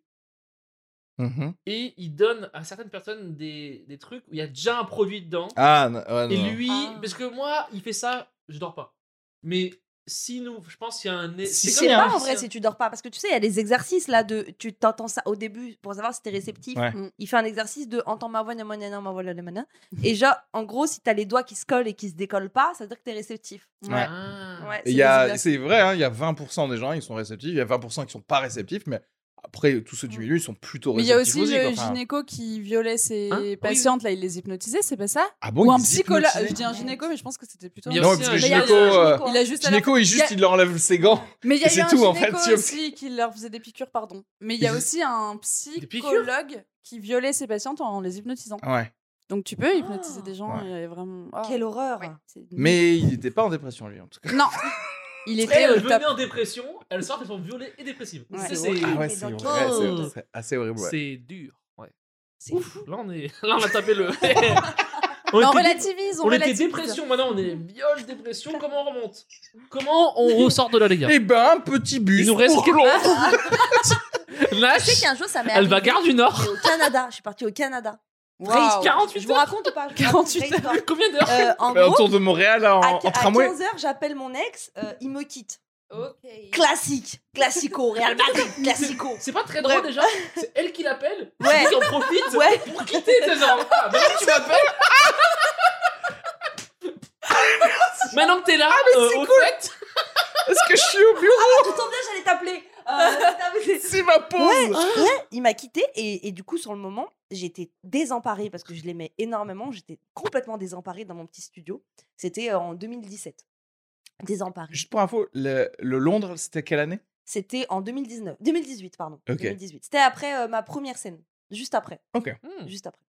Mhm. Et il donne à certaines personnes des, des trucs où il y a déjà un produit dedans. Ah, non, ouais, Et non, non. lui, Ah. parce que moi, il fait ça, je dors pas. Mais si nous, je pense qu'il y a un. Si, Je si, comme sais un- pas en vrai si tu dors pas parce que tu sais il y a des exercices là de tu t'entends ça au début pour savoir si t'es réceptif. Ouais. Mm. Il fait un exercice de entends ma voix nanana, ma voix nanana. et genre en gros si t'as les doigts qui se collent et qui se décollent pas ça veut dire que t'es réceptif. Ouais. Ah. Ouais, Et c'est il y a- des exercices. C'est vrai, hein, il y a 20% des gens, ils sont réceptifs, il y a 20% qui sont pas réceptifs, mais après, tous ceux du milieu, ils sont plutôt Mais il y a réceptifs. aussi aussi, le quoi. Enfin, gynéco qui violait ses Hein Oui, patientes, là, il les hypnotisait, c'est pas ça Ah bon, Ou un ils psychologue. hypnotisaient Je dis un gynéco, mais je pense que c'était plutôt. hein. Mais il y a Non, aussi parce un que Mais il y a gynéco, un euh, gynéco, Il a juste. à la- Gynéco, il juste, il enlève ses gants. Mais il y a Et eu c'est un tout, en gynéco fait, tu- aussi qui leur faisait des piqûres, pardon. Mais il y a Ils- aussi un Des piqûres psychologue qui violait ses patientes en les hypnotisant. Ouais. Donc tu peux hypnotiser des gens Ouais. et vraiment. ah, Quelle horreur. ouais, c'est- Mais il n'était pas en dépression, lui, en tout cas. Non Il Et était elle au venait top. en dépression, elle sort, elles sont violées et dépressives. Ouais. Ça, C'est C'est Ah ouais, Mais c'est donc, vrai, c'est- oh. c'est assez horrible. ouais. c'est dur. Ouais. C'est fou. Là, on est, là, on a tapé le. on Mais on était, relativise, on, on était relativise. dépression, maintenant on est viol dépression. Comment on remonte Comment on ressort de là, les gars Eh ben, un petit bus. Il nous reste pour quelques- l'an. Je sais Nash, qu'un jour ça m'est elle arrivé. va gare du Nord. Et Au Canada, je suis partie au Canada. Waouh. Vraie histoire. 48 Je vous heures. raconte ou pas Je vous raconte 48 vraie histoire. Combien d'heures Euh, en Mais gros, Autour de Montréal, en, à, en tramway. 15h, j'appelle mon ex, euh, il me quitte. Ok. Classique, classico, Real Madrid, classico. C'est pas très drôle Bref. déjà C'est elle qui l'appelle Ouais. Qui en profite Ouais. pour quitter ces gens Ah, Maintenant que tu m'appelles Maintenant que t'es là, Ah, euh, au fait, Est-ce que je suis au bureau Tout en bien, j'allais t'appeler. Euh, C'est ma pause. Ouais, ouais, il m'a quitté et, et du coup sur le moment j'étais désemparée parce que je l'aimais énormément, j'étais complètement désemparée dans mon petit studio. C'était euh, en 2017. Désemparée. Juste pour info, le, le Londres, c'était quelle année C'était en 2019, 2018 pardon. Ok. 2018. C'était après euh, ma première scène, juste après, Hmm. juste après.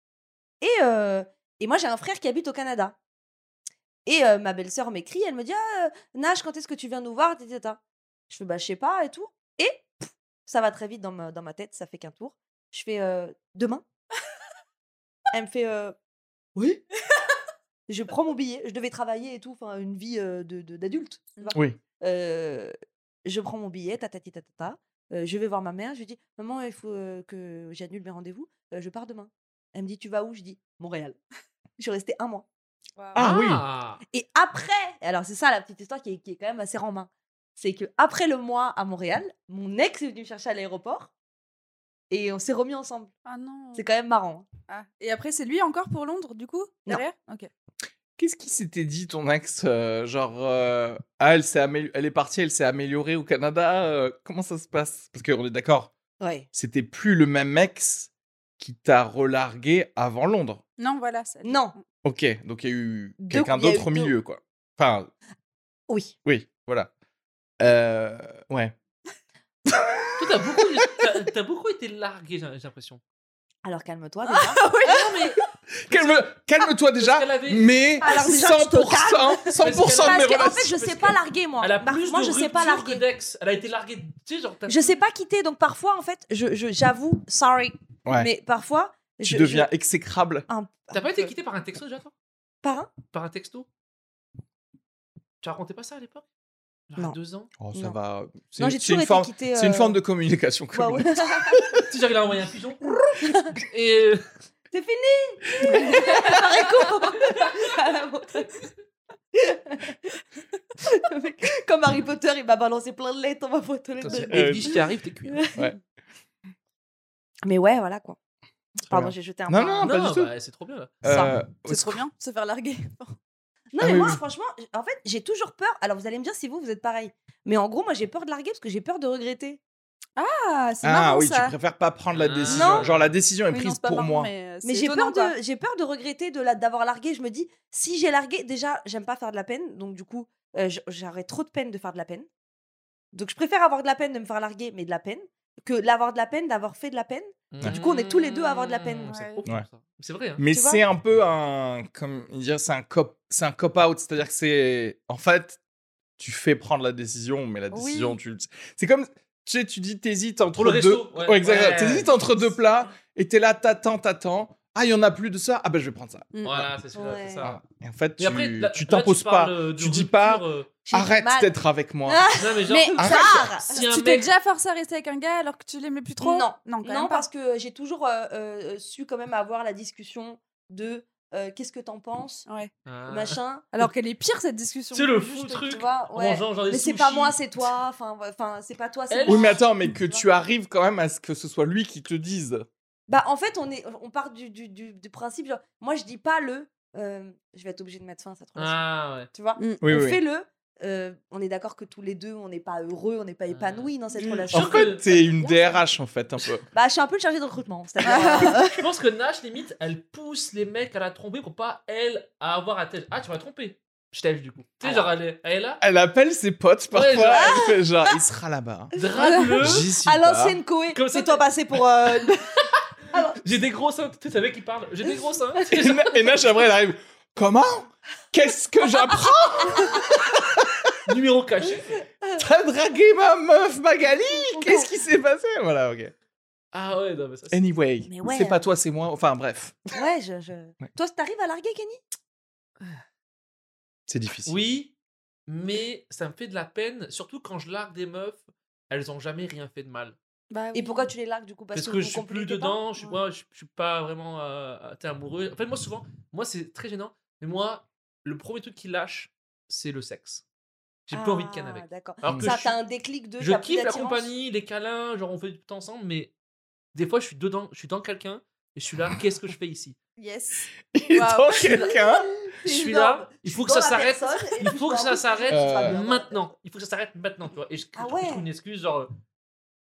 Et euh, et moi j'ai un frère qui habite au Canada. Et euh, ma belle-sœur m'écrit, elle me dit ah, euh, Nash quand est-ce que tu viens nous voir Tata. Je fais bah je sais pas et tout. Et pff, ça va très vite dans ma, dans ma tête, ça fait qu'un tour. Je fais euh, demain. Elle me fait euh, oui. je prends mon billet, je devais travailler et tout, enfin une vie euh, de de- d'adulte. tu vois. Oui. Euh, je prends mon billet, tatati tatata. Euh, je vais voir ma mère, je lui dis maman il faut euh, que j'annule mes rendez-vous, Euh, je pars demain. Elle me dit tu vas où Je dis Montréal. Je suis restée un mois. Ah oui. oui Et après, alors c'est ça la petite histoire qui est, qui est quand même assez en main. C'est que après le mois à Montréal, mon ex est venu me chercher à l'aéroport et on s'est remis ensemble. Ah non. Oh. C'est quand même marrant. Ah. Et après, c'est lui encore pour Londres, du coup Non. Derrière Ok. Qu'est-ce qui s'était dit ton ex euh, Genre, euh, ah, elle, s'est amé- elle est partie, elle s'est améliorée au Canada. euh, comment ça se passe Parce qu'on est d'accord, Ouais. c'était plus le même ex qui t'a relargué avant Londres. Non, voilà. ça- Non. Ok, donc il y a eu Deux- quelqu'un il y a eu d'autre au deux. milieu, quoi. Enfin, Oui. oui, voilà. Euh, ouais. Toi, t'as beaucoup, t'as- t'as beaucoup été largué, j'ai j'ai l'impression. Alors calme-toi déjà. Calme, calme-toi déjà, qu'elle avait- mais Alors Ah, déjà, tu te 100%, 100 qu'elle- de mes Parce que, en fait, relations. je parce sais que- pas larguer moi. Elle a Mar- plus bah, moi, de je sais pas rupture que larguer. d'ex. Elle a été larguée. Tu sais, genre, t'as- Je sais pas quitter, donc parfois en fait, je je- j'avoue, sorry, Ouais. mais parfois Tu je, deviens exécrable. je- un- T'as pas été quitté par un texto déjà, toi par un. Par un texto Tu racontais pas ça à l'époque Genre, à Non. deux ans Oh, ça Non. va. C'est Non, c'est j'ai une toujours été forme- quittée. C'est une euh, forme de communication. ouais, commune. ouais. Tu sais, genre, il a envoyé un pigeon. Et. euh, C'est fini Par écho À la montagne. Le mec, Comme Harry Potter, il m'a balancé plein de lettres, on m'a photo les Attention. deux. Euh, Edwige qui arrive, t'es cuit. Mais ouais, voilà quoi. Pardon, bien. j'ai jeté un Non, pain. non, Non, pas du tout. bah, c'est trop bien là. Ça. Euh, C'est trop bien, se faire larguer. Non, Ah mais oui, moi, oui. franchement, j- en fait, j'ai toujours peur. Alors, vous allez me dire si vous, vous êtes pareil. Mais en gros, moi, j'ai peur de larguer parce que j'ai peur de regretter. Ah, c'est Ah marrant, oui, ça. tu préfères pas prendre la Ah. décision. Non. Genre la décision est Oui, non, prise c'est pas pour marrant, moi. Mais, euh, c'est Mais j'ai étonnant, peur quoi. de, j'ai peur de regretter de la- d'avoir largué. Je me dis, si j'ai largué, déjà, j'aime pas faire de la peine, donc du coup, euh, j- j'aurais trop de peine de faire de la peine. Donc je préfère avoir de la peine de me faire larguer, mais de la peine, que d'avoir de la peine d'avoir fait de la peine. Du coup, on est tous les deux à avoir de la peine. Mmh, C'est Ouais. horrible, Ouais. ça. Mmh. C'est vrai. hein. Mais Tu vois c'est un peu un comme dire c'est un cop c'est un cop out, c'est-à-dire que c'est en fait tu fais prendre la décision mais la Oui. décision tu le- c'est comme tu sais tu dis t'hésites entre Pour le deux resto. ouais. Ouais, exactement. Ouais. T'hésites entre deux plats et t'es là t'attends t'attends ah il y en a plus de ça ah ben je vais prendre ça Mm. Voilà, c'est celui-là, Ouais. c'est Ah. ça. et en fait Et tu après, là- tu là, t'imposes pas parles, euh, de Tu dis pas, rupture, euh, J'ai arrête mal. d'être avec moi Ah, Non, mais genre, Mais ça Arrête. part. si un Ah, tu t'es mec. déjà forcé à rester avec un gars alors que tu l'aimes plus trop Non. non, quand même Non, pas. parce que j'ai toujours euh, euh, su quand même avoir la discussion de euh, qu'est-ce que t'en penses, Ouais. Ah. machin. Alors qu'elle est pire cette discussion. C'est le Juste, fou tu truc. vois, ouais. Mangeant genre des Mais c'est pas sushis. moi, c'est toi. Enfin, ouais, enfin, c'est pas toi, c'est Elle- moi. oui mais attends mais que Tu tu arrives quand même à ce que ce soit lui qui te dise Bah, en fait, on, est, on part du, du, du, du principe, genre, moi, je dis pas le euh, je vais être obligé de mettre fin à cette relation. Ah ouais. Tu vois Mm. oui On oui fait le euh, on est d'accord que tous les deux, on n'est pas heureux, on n'est Ah. pas épanouis dans cette relation. en Sauf fait que- t'es une Ouais. DRH en fait un peu Bah, je suis un peu le chargé de recrutement. c'est-à-dire, euh, Je pense que Nash, limite, elle pousse les mecs à la tromper pour pas, elle, à avoir à tête. Ah, tu m'as trompé. Je t'ai du coup. Tu sais, genre, elle est, elle est là, Elle appelle ses potes parfois. Ouais, genre- elle fait genre, il sera là-bas. drague-le. J'y suis Ah. à pas. l'ancienne Coé, Comme ça, fais-toi passer pour. euh, J'ai des gros seins. Tu sais, c'est avec qui parle. J'ai des gros seins. Et Na- Et Nash, après, elle arrive. Comment Qu'est-ce que j'apprends Numéro caché. T'as dragué ma meuf Magali Qu'est-ce qui s'est passé Voilà, ok. Ah ouais, non, mais ça. c'est- Anyway, Mais ouais. c'est pas toi, c'est moi. Enfin, bref. Ouais, je. je- Toi, t'arrives à larguer, Kenny C'est difficile. Oui, mais ça me fait de la peine, surtout quand je largue des meufs, elles ont jamais rien fait de mal. Bah oui. Et pourquoi tu les largues du coup Parce, Parce, que vous je suis plus complétez pas dedans, je suis, Ouais. moi, je, je suis pas vraiment euh, t'es amoureux. En fait, moi, souvent, moi, c'est très gênant, mais moi, le premier truc qui lâche, c'est le sexe. J'ai plus envie de ken Ah, avec. D'accord. Alors que Ça, je, suis- t'as un déclic de. je t'as plus kiffe la d'attirance. compagnie, les câlins, genre on fait tout ensemble, mais des fois, je suis dedans, je suis dans quelqu'un, et je suis là, qu'est-ce que je fais ici Yes. Et Waouh. tant quelqu'un. C'est Je suis énorme. là, il faut que ça Dans la s'arrête. personne, et Il tu faut que vois, ça oui, s'arrête tu vas Euh, bien. maintenant. Il faut que ça s'arrête maintenant, tu vois. Et je, Ah je ouais. trouve une excuse, genre.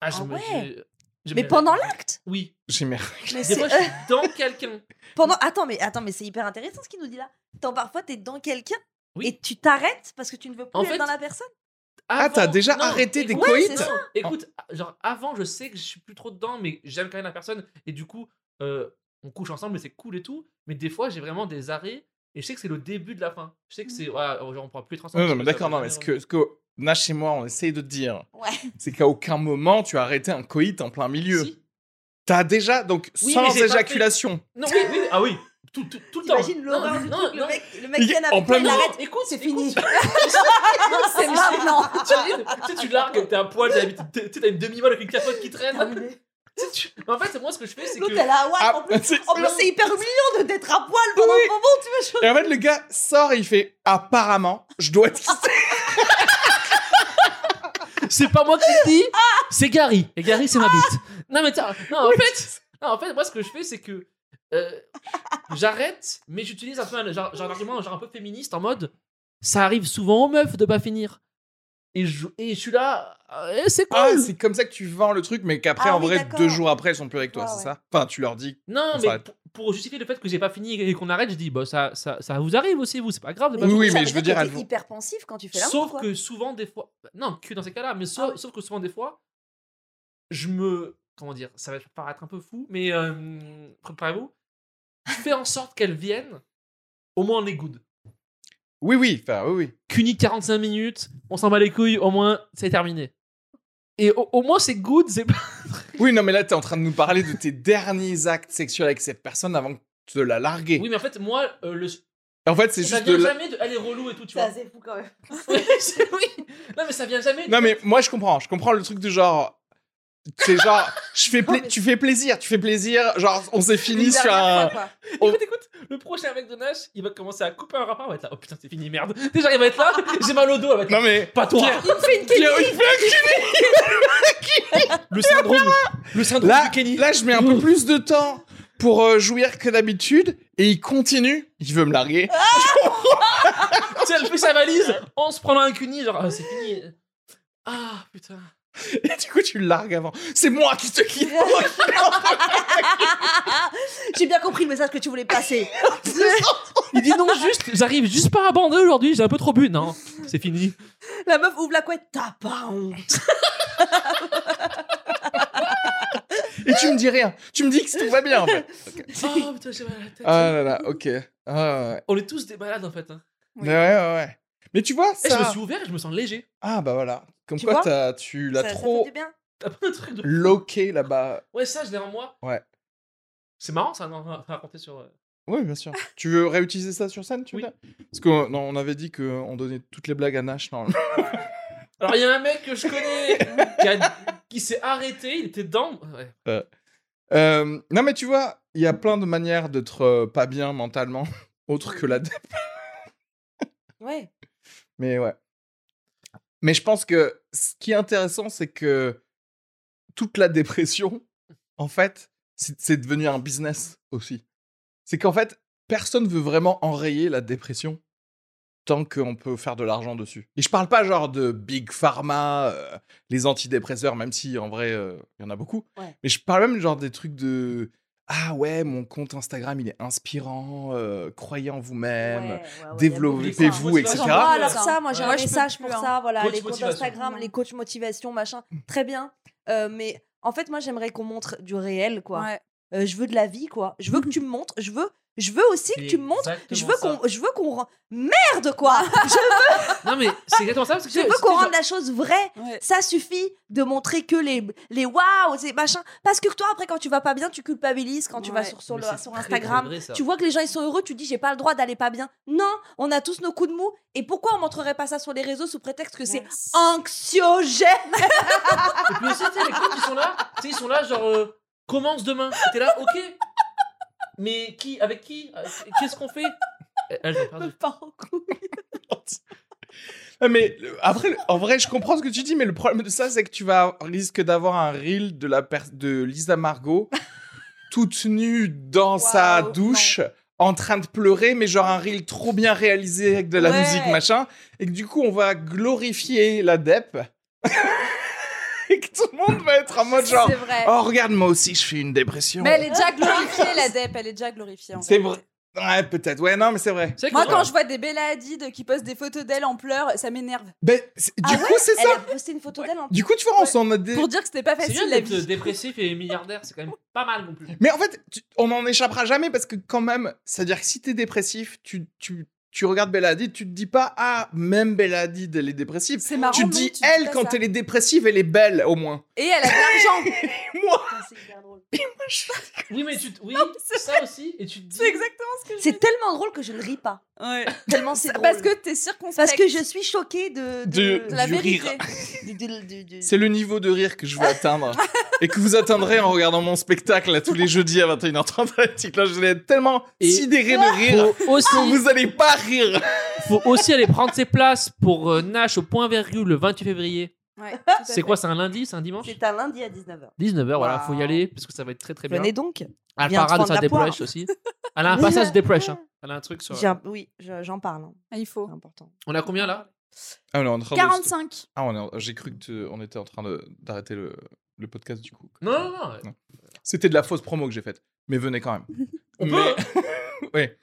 Ah, je Ah me- ouais. je- je Mais me- pendant l'acte Oui. J'ai merdé. Mais Des c'est- fois, je suis dans quelqu'un. pendant... Attends, mais, attends, mais c'est hyper intéressant ce qu'il nous dit là. Tant parfois, t'es dans quelqu'un Oui. et tu t'arrêtes parce que tu ne veux plus En être fait- dans la personne. Ah, t'as Avant- déjà non, arrêté des écoute- Ouais, coïts c'est ça. Écoute, genre avant, je sais que je suis plus trop dedans, mais j'aime quand même la personne. Et du coup, euh, on couche ensemble, mais c'est cool et tout. Mais des fois, j'ai vraiment des arrêts. Et je sais que c'est le début de la fin. Je Mmh. sais que c'est. Voilà, genre, on pourra plus être ensemble. Non, non, parce mais que ça d'accord, va non, mais ce jamais que, ce que Nash et moi, on essaye de te dire, Ouais. c'est qu'à aucun moment tu as arrêté un coït en plein milieu. revenir. Si. T'as déjà, donc, Oui, mais sans j'ai pas fait- éjaculation. Non, oui, oui, ah oui, tout, tout, tout le temps. T'imagines l'horreur Non, du non, truc, le non. mec, le mec Il- qui vient en avec toi, plein il milieu. arrête. Écoute, C'est fini. Ah, c'est maintenant. T'imagines, tu sais, tu largues, t'es à poil, t'as la- t'es- t'as une demi-molle avec une capote qui traîne. Terminé. Tu sais, tu- En fait, moi, ce que je fais, c'est que. L'autre, elle a ouais, Ah, en plus. c'est- En plus, c'est hyper humiliant de- d'être à poil pendant Oui. un moment, tu vois. je- Et en fait, le gars sort et il fait Apparemment, je dois te quitter. C'est pas moi qui le dis, c'est Gary. Et Gary, c'est ma bite. Ah Non, mais t'as- non, en fait, non, en fait, moi, ce que je fais, c'est que euh, j'arrête, mais j'utilise un peu un, genre, genre un argument genre un peu féministe en mode ça arrive souvent aux meufs de pas finir. Et je, et je suis là, euh, c'est cool. Ah, c'est comme ça que tu vends le truc, mais qu'après, Ah en oui, vrai, d'accord. deux jours après, elles sont plus avec toi, Ouais, c'est ouais. ça Enfin, tu leur dis. non, on mais s'arrête. pour, pour justifier le fait que j'ai pas fini et qu'on arrête, je dis bah, ça, ça, ça vous arrive aussi, vous, c'est pas grave de pas Oui, du oui, coup, mais ça je veut veux dire, dire que elle t'es vaut- hyper pensif quand tu fais l'amour. Sauf quoi. que souvent, des fois. Non, que dans ces cas-là, mais Ah sauf, ouais. sauf que souvent, des fois, je me. Comment dire Ça va paraître un peu fou, mais euh, préparez-vous. Je fais en sorte qu'elle vienne. Au moins, on est good. Oui, oui, enfin, oui, oui. Cuny 45 minutes, on s'en bat les couilles, au moins, c'est terminé. Et au, au moins, c'est good, c'est pas. Oui, non, mais là, t'es en train de nous parler de tes derniers actes sexuels avec cette personne avant de la larguer. Oui, mais en fait, moi, euh, le. En fait, c'est Ça juste vient de. la- jamais de. Elle est relou et tout, tu C'est vois. assez fou quand même. oui, c'est- oui. Non, mais ça vient jamais. de- Non, mais moi, je comprends. Je comprends le truc du genre. C'est genre, je fais pla- mais- tu fais plaisir, tu fais plaisir. Genre, on s'est fini Une sur dernière un. fois, quoi. Oh. Écoute, écoute, le prochain mec de Nash, il va commencer à couper un rapport, il va être là, oh putain, c'est fini, merde. Déjà, il va être là, j'ai mal au dos, elle va être là, Non, mais. pas toi. Il me fait une Pierre, il fait un Le syndrome, le syndrome Là, du Kenny. là, je mets un peu plus de temps pour euh, jouir que d'habitude et il continue. Il veut me larguer. Tu sais, elle fait sa valise en se prenant un cuni, genre, ah, c'est fini. Ah, putain. Et du coup, tu le largues avant. C'est moi qui te quitte. moi qui l'ai emporté. J'ai bien compris le message que tu voulais passer. Il dit non, juste, j'arrive juste pas à bander aujourd'hui, j'ai un peu trop bu. Non, c'est fini. La meuf ouvre la couette. T'as pas honte. Et tu me dis rien. Tu me dis que tout va bien, en fait. Oh putain, j'ai mal à la tête. Ah là là, ok. Ah ouais. On est tous des malades en fait. hein. Oui. Mais ouais, ouais, ouais. Mais tu vois, Et je me ça. suis ouvert et je me sens léger. Ah bah voilà. Comme Tu quoi, vois t'as- tu l'as Ça- ça fait trop du bien. T'as pas un truc de. loqué là-bas. Ouais, ça, je l'ai en moi. Ouais. C'est marrant ça, non à raconter sur. euh, Oui, bien sûr. tu veux réutiliser ça sur scène, tu Oui. veux dire Parce qu'on non, on avait dit qu'on donnait toutes les blagues à Nash, normalement. Alors, il y a un mec que je connais qui, a- qui s'est arrêté, il était dedans. Ouais. Euh, non, mais tu vois, il y a plein de manières d'être euh, pas bien mentalement, autre que la Ouais. Mais ouais. Mais je pense que ce qui est intéressant, c'est que toute la dépression, en fait, c'est c'est devenu un business aussi. C'est qu'en fait, personne veut vraiment enrayer la dépression tant qu'on peut faire de l'argent dessus. Et je parle pas genre de Big Pharma, euh, les antidépresseurs, même si en vrai, euh, il y en a beaucoup. Ouais. Mais je parle même genre des trucs de... Ah ouais, mon compte Instagram, il est inspirant, euh, croyez en vous-même. Ouais, ouais, ouais, y a beaucoup de gens. développez-vous, Moi, etc. j'en Ah, Ah, alors ça. ça, moi j'ai Moi, un je peux message plus, pour hein. ça, voilà, Coach les comptes motivation. Instagram, les coachs motivation, machin, très bien. Euh, mais en fait, moi j'aimerais qu'on montre du réel, quoi. Ouais. Euh, je veux de la vie, quoi. Je veux que tu me montres, je veux, je veux aussi que tu me montres. Je veux qu'on, je veux qu'on, rend- merde, quoi. Non, mais c'est exactement ça parce que Ah, Je veux c'était qu'on genre- rende la chose vraie. Ouais. Ça suffit de montrer que les, les waouh, ces machins. Parce que toi, après, quand tu vas pas bien, tu culpabilises. Quand tu vas Ouais. sur, sur, Mais le- c'est sur très, très Instagram, vrai, ça. tu vois que les gens ils sont heureux, tu dis j'ai pas le droit d'aller pas bien. Non, on a tous nos coups de mou. Et pourquoi on montrerait pas ça sur les réseaux sous prétexte que c'est anxiogène Et puis aussi, tu sais, les coachs, ils sont là, tu sais, ils sont là, genre, euh, commence demain. Et T'es là, ok. Mais qui Avec qui Euh, Qu'est-ce qu'on fait Euh, ah, je l'ai perdu. Pas en couille. Ah, Mais le- après, le- en vrai, je comprends ce que tu dis, mais le problème de ça, c'est que tu vas risque d'avoir un reel de la per- de Lisa Margot toute nue dans sa Waouh, douche. En train de pleurer, mais genre un reel trop bien réalisé avec de la Ouais. musique, machin. Et que du coup, on va glorifier la DEP. et que tout le monde va être en mode genre C'est vrai. Oh, regarde, moi aussi, je fais une dépression. Mais elle est déjà glorifiée, la DEP. Elle est déjà glorifiée. en C'est réalité. vrai. Ouais, peut-être. Ouais, non, mais c'est vrai. C'est vrai que Moi, moi, quand je vois des Bella Hadid qui postent des photos d'elle en pleurs, ça m'énerve. Ben, c'est- du Ah coup, c'est Elle ça. a posté une photo d'elle en Du coup, tu vois, on Ouais. s'en a des. Pour dire que c'était pas c'est facile bien la d'être euh, vie. dépressif et milliardaire, c'est quand même pas mal non plus. Mais en fait, tu- on n'en échappera jamais parce que quand même, c'est-à-dire que si t'es dépressif, tu, tu, tu regardes Bella Hadid, tu te dis pas « Ah, même Bella Hadid, elle est dépressive ». C'est marrant. Tu te non, dis pas Elle, quand ça. elle est dépressive, elle est belle, au moins. Et elle a de l'argent. Moi Putain, hein, c'est hyper drôle. Oui, mais tu. t- Oui, c'est ça aussi, et tu te dis. C'est exactement ce que je C'est tellement drôle que je ne ris pas. Ouais. Tellement c'est drôle. Parce que t'es circonspect. Parce que je suis choquée de, De- de la du vérité. rire. de- de- de- de- C'est le niveau de rire que je veux atteindre et que vous atteindrez en regardant mon spectacle là, tous les jeudis à 21h30 à la petite cloche. Vous allez être tellement Et- sidéré Ah, de rire Faut aussi, que vous allez pas rire. faut aussi aller prendre ses places pour euh, Nash au point virgule le 28 février. Ouais, tout à C'est fait. quoi, c'est un lundi, c'est un dimanche C'est un lundi à 19h. 19h, voilà, faut y Wow. aller parce que ça va être très très bien. Venez donc. Elle viens parlera te de sa prendre la déprèche poire. aussi. Elle a un passage déprèche. hein. Elle a un truc sur. J'ai un- Oui, je- j'en parle. hein. Ah, Il C'est faut. important. On a combien là Ah, on est en train 45. Ah, on est en- j'ai cru que tu- on était en train de- d'arrêter le, le podcast du coup. Non, non, non. C'était de la fausse promo que j'ai faite, mais venez quand même. On mais, hein. ouais.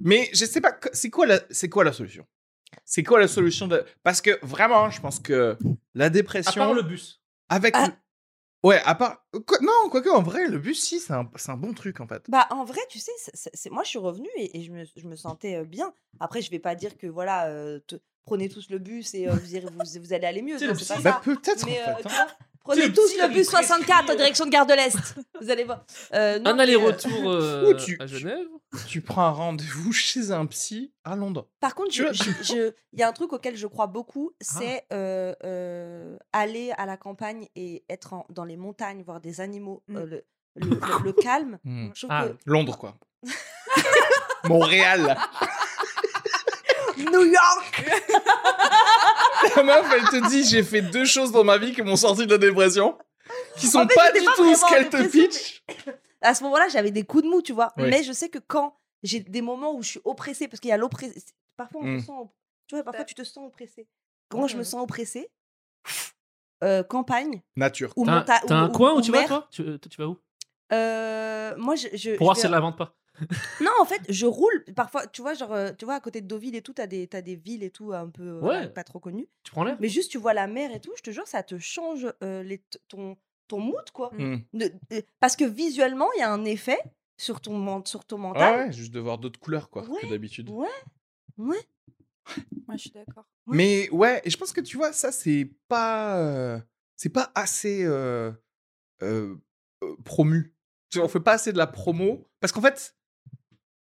Mais je sais pas, c'est quoi la, c'est quoi la solution C'est quoi la solution de Parce que vraiment, je pense que la À dépression part le bus. avec, Ah. le- ouais, à part, quoi- non, quoique en vrai, le bus si, c'est un, c'est un bon truc en fait. Bah, en vrai, tu sais, c'est- c'est- c'est- moi, je suis revenue et, et je, me, je me sentais euh, bien. Après, je vais pas dire que, voilà, euh, te- prenez tous le bus et euh, vous, irez- vous, vous allez aller mieux. C'est non, le c'est pas psy. ça. Bah peut-être en Mais, euh, fait. tu hein. vois, prenez le psy, tous là, le il bus prescrit, 64 en euh. direction de Gare de l'Est. Vous allez voir. Euh, non, Un mais, euh, aller-retour Où euh, tu- à Genève. hein. Tu prends un rendez-vous chez un psy à Londres. Par contre, Tu je- vois- je- je- il y a un truc auquel je crois beaucoup, Ah. c'est euh, euh, aller à la campagne et être en- dans les montagnes, voir des animaux, Mm. euh, le, le- le- le calme. Hmm. Je trouve Mmh. Ah, Londres quoi. Montréal. que New York, La meuf, elle te dit j'ai fait deux choses dans ma vie qui m'ont sorti de la dépression, qui sont En fait, pas j'étais du pas tout ce vraiment en qu'elle te dépression, pitch. à ce moment-là, j'avais des coups de mou, tu vois. Oui. Mais je sais que quand j'ai des moments où je suis oppressée, parce qu'il y a l'oppression, parfois on Mm. Mmh. se sent, op- tu vois, parfois Ouais. tu te sens oppressée. Quand je me Mhm. sens oppressée, euh, campagne Nature. ou T'as un- monta- t'as un ou- coin ou- où ou tu vas, mer. toi tu, toi, tu vas où Euh, Moi, je. je- Pour voir je si vais- elle la vente pas. Non, en fait, je roule. Parfois, tu vois, genre, euh, tu vois, à côté de Deauville et tout, t'as des, t'as des villes et tout, un peu euh, Ouais. pas trop connues. Tu prends l'air Mais juste, tu vois la mer et tout, je te jure, ça te change euh, les, t- ton, ton mood, quoi. Mm. Ne- euh, parce que visuellement, il y a un effet sur ton, men- sur ton Ouais, mental. Ah ouais, juste de voir d'autres couleurs quoi que Ouais. d'habitude. Ouais. Moi, je suis d'accord. Ouais. Mais ouais, et je pense que tu vois, ça, c'est pas. euh, c'est pas assez euh, euh, euh, promu. Tu vois, on fait pas assez de la promo. Parce qu'en fait,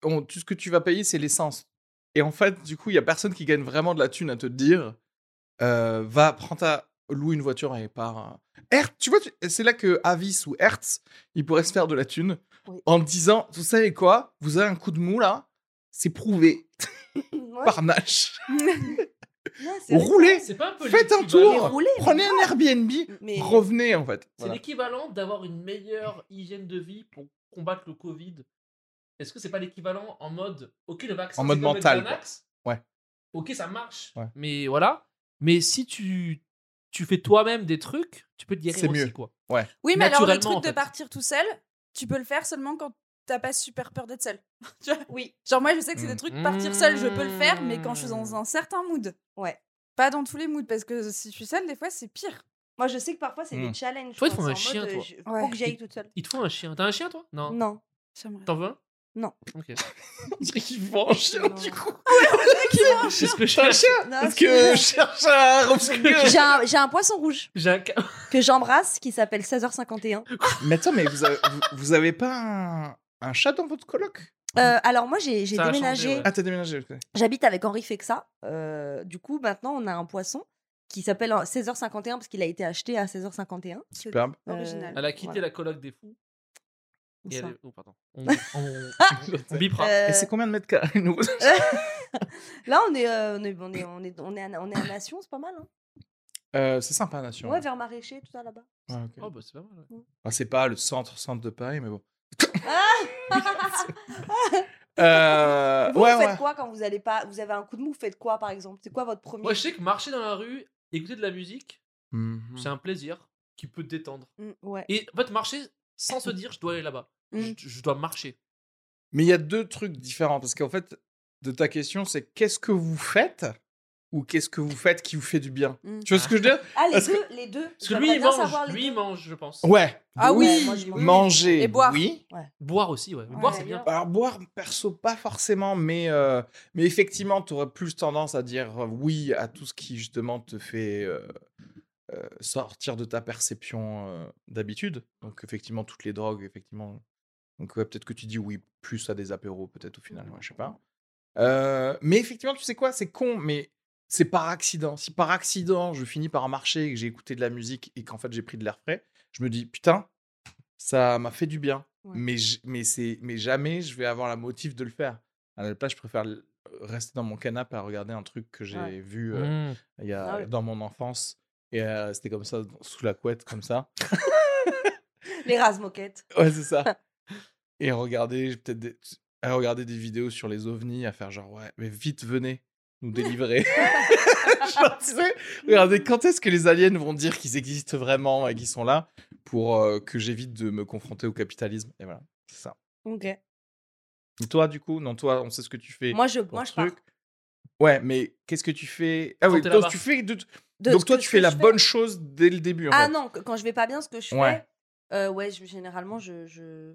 on- tout ce que tu vas payer, c'est l'essence. Et en fait, du coup, il y a personne qui gagne vraiment de la thune à te dire euh, va, prends ta. loue une voiture et pars. euh. Hertz, tu vois, tu- c'est là que Avis ou Hertz, ils pourraient se faire de la thune Oui. en disant vous savez quoi, vous avez un coup de mou là, c'est prouvé Ouais, par Nash. non, c'est vrai. Roulez C'est pas un peu Faites un l'équivalent- tour. Mais rouler, Prenez un Airbnb, Mais- revenez en fait. C'est l'équivalent d'avoir une meilleure hygiène de vie pour combattre le Covid. Est-ce que c'est pas l'équivalent en mode OK le vaccin En mode c'est comme le mental, Xanax quoi. Ouais. OK, ça marche. Ouais. Mais voilà, mais si tu tu fais toi-même des trucs, tu peux te guérir C'est aussi mieux. quoi. Oui, mais alors le Naturellement, truc en de fait. partir tout seul, tu peux le faire seulement quand t'as pas super peur d'être seul. tu vois Oui. Genre moi, je sais que c'est Mm. des trucs partir seul, je peux le faire, mais quand je suis dans un certain mood. Ouais. Pas dans tous les moods, parce que si je suis seule, des fois, c'est pire. Moi, je sais que parfois, c'est Mm. des challenges. Toi, Toi, il faut un chien, toi. Faut Ouais. que j'aille toute seule. Il te faut un chien. T'as un chien toi Non. Non. J'aimerais. T'en veux un Non. OK. On dirait qu'il vend un chien Non. du coup. C'est ce que je J'ai un chien Non, Parce Ah, c'est- que je cherche un Robson Girl. J'ai un, j'ai un poisson rouge J'ai un ca- que j'embrasse qui s'appelle 16h51. Mais attends, mais vous avez, vous- vous avez pas un, un chat dans votre coloc Euh, alors, moi, j'ai j'ai Ça a changé, déménagé. ouais. Ah, t'as déménagé ok. J'habite avec Henri Fexa. Euh, du coup, maintenant, on a un poisson qui s'appelle euh, 16h51 parce qu'il a été acheté à 16h51. Superbe. Euh, Original. Elle a quitté voilà. la coloc des fous et elle Ça. est... oh, pardon. On, on, on- on bipera. Euh, Et c'est combien de mètres carrés nous là, on est, euh, on est, on est, on est, on est, à, on est à Nation, c'est pas mal. Hein Euh, C'est sympa, Nation. ouais, vers Maraîcher, tout ça là-bas. Ouais, ok. Oh bah c'est pas mal. ouais. Ah, c'est pas le centre, centre de Paris, mais bon. Euh, Et vous, ouais, vous ouais. faites quoi quand vous allez pas Vous avez un coup de mou, vous faites quoi par exemple C'est quoi votre premier Moi je sais que marcher dans la rue, écouter de la musique, Mhm. c'est un plaisir qui peut te détendre. Mmh, Ouais. Et en fait, marcher sans se dire je dois aller là-bas. Je, Mm. je dois marcher. Mais il y a deux trucs différents parce qu'en fait, de ta question, c'est qu'est-ce que vous faites ou qu'est-ce que vous faites qui vous fait du bien Mm. Tu vois ce que je veux dire Ah, les Parce que- deux, les deux. Parce que J'aimerais lui, il bien savoir mange. les Lui, il deux. mange, je pense. Ouais. Ah Ouais, oui moi, je mange. Manger. Et boire. Oui. Boire aussi, ouais. Ouais, Boire, c'est bien. Alors boire, perso, pas forcément, mais, euh, mais effectivement, tu aurais plus tendance à dire euh, oui à tout ce qui justement te fait euh, euh, sortir de ta perception euh, d'habitude. Donc effectivement, toutes les drogues, effectivement. Donc ouais, peut-être que tu dis oui plus à des apéros, peut-être au final, ouais, je sais pas. Euh, mais effectivement, tu sais quoi, c'est con, mais c'est par accident. Si par accident, je finis par marcher et que j'ai écouté de la musique et qu'en fait j'ai pris de l'air frais, je me dis putain, ça m'a fait du bien. Ouais. Mais, j- mais, c'est- mais jamais je vais avoir la motive de le faire. À la place, je préfère l- rester dans mon canapé à regarder un truc que j'ai Ouais. Mmh. vu euh, Mm. il y a, Ah ouais. dans mon enfance et à rester comme ça, sous la couette, comme ça. Les rases moquettes. Ouais, c'est ça. et regarder peut-être des- à regarder des vidéos sur les ovnis, à faire genre ouais, mais vite venez nous délivrer. Genre, tu sais, regardez quand est-ce que les aliens vont dire qu'ils existent vraiment et qu'ils sont là pour euh, que j'évite de me confronter au capitalisme. Et voilà, c'est ça. Ok. Et toi, du coup, non, toi, on sait ce que tu fais. Moi, je, pour moi, je truc. pars. Ouais, mais qu'est-ce que tu fais Ah Quand oui, t'es donc là-bas. tu fais. de- De Donc ce toi, que- tu ce fais que la je fais. bonne chose dès le début. En Ah fait. non, que- quand je vais pas bien, ce que je Ouais. fais, euh, ouais, je- généralement, je, je...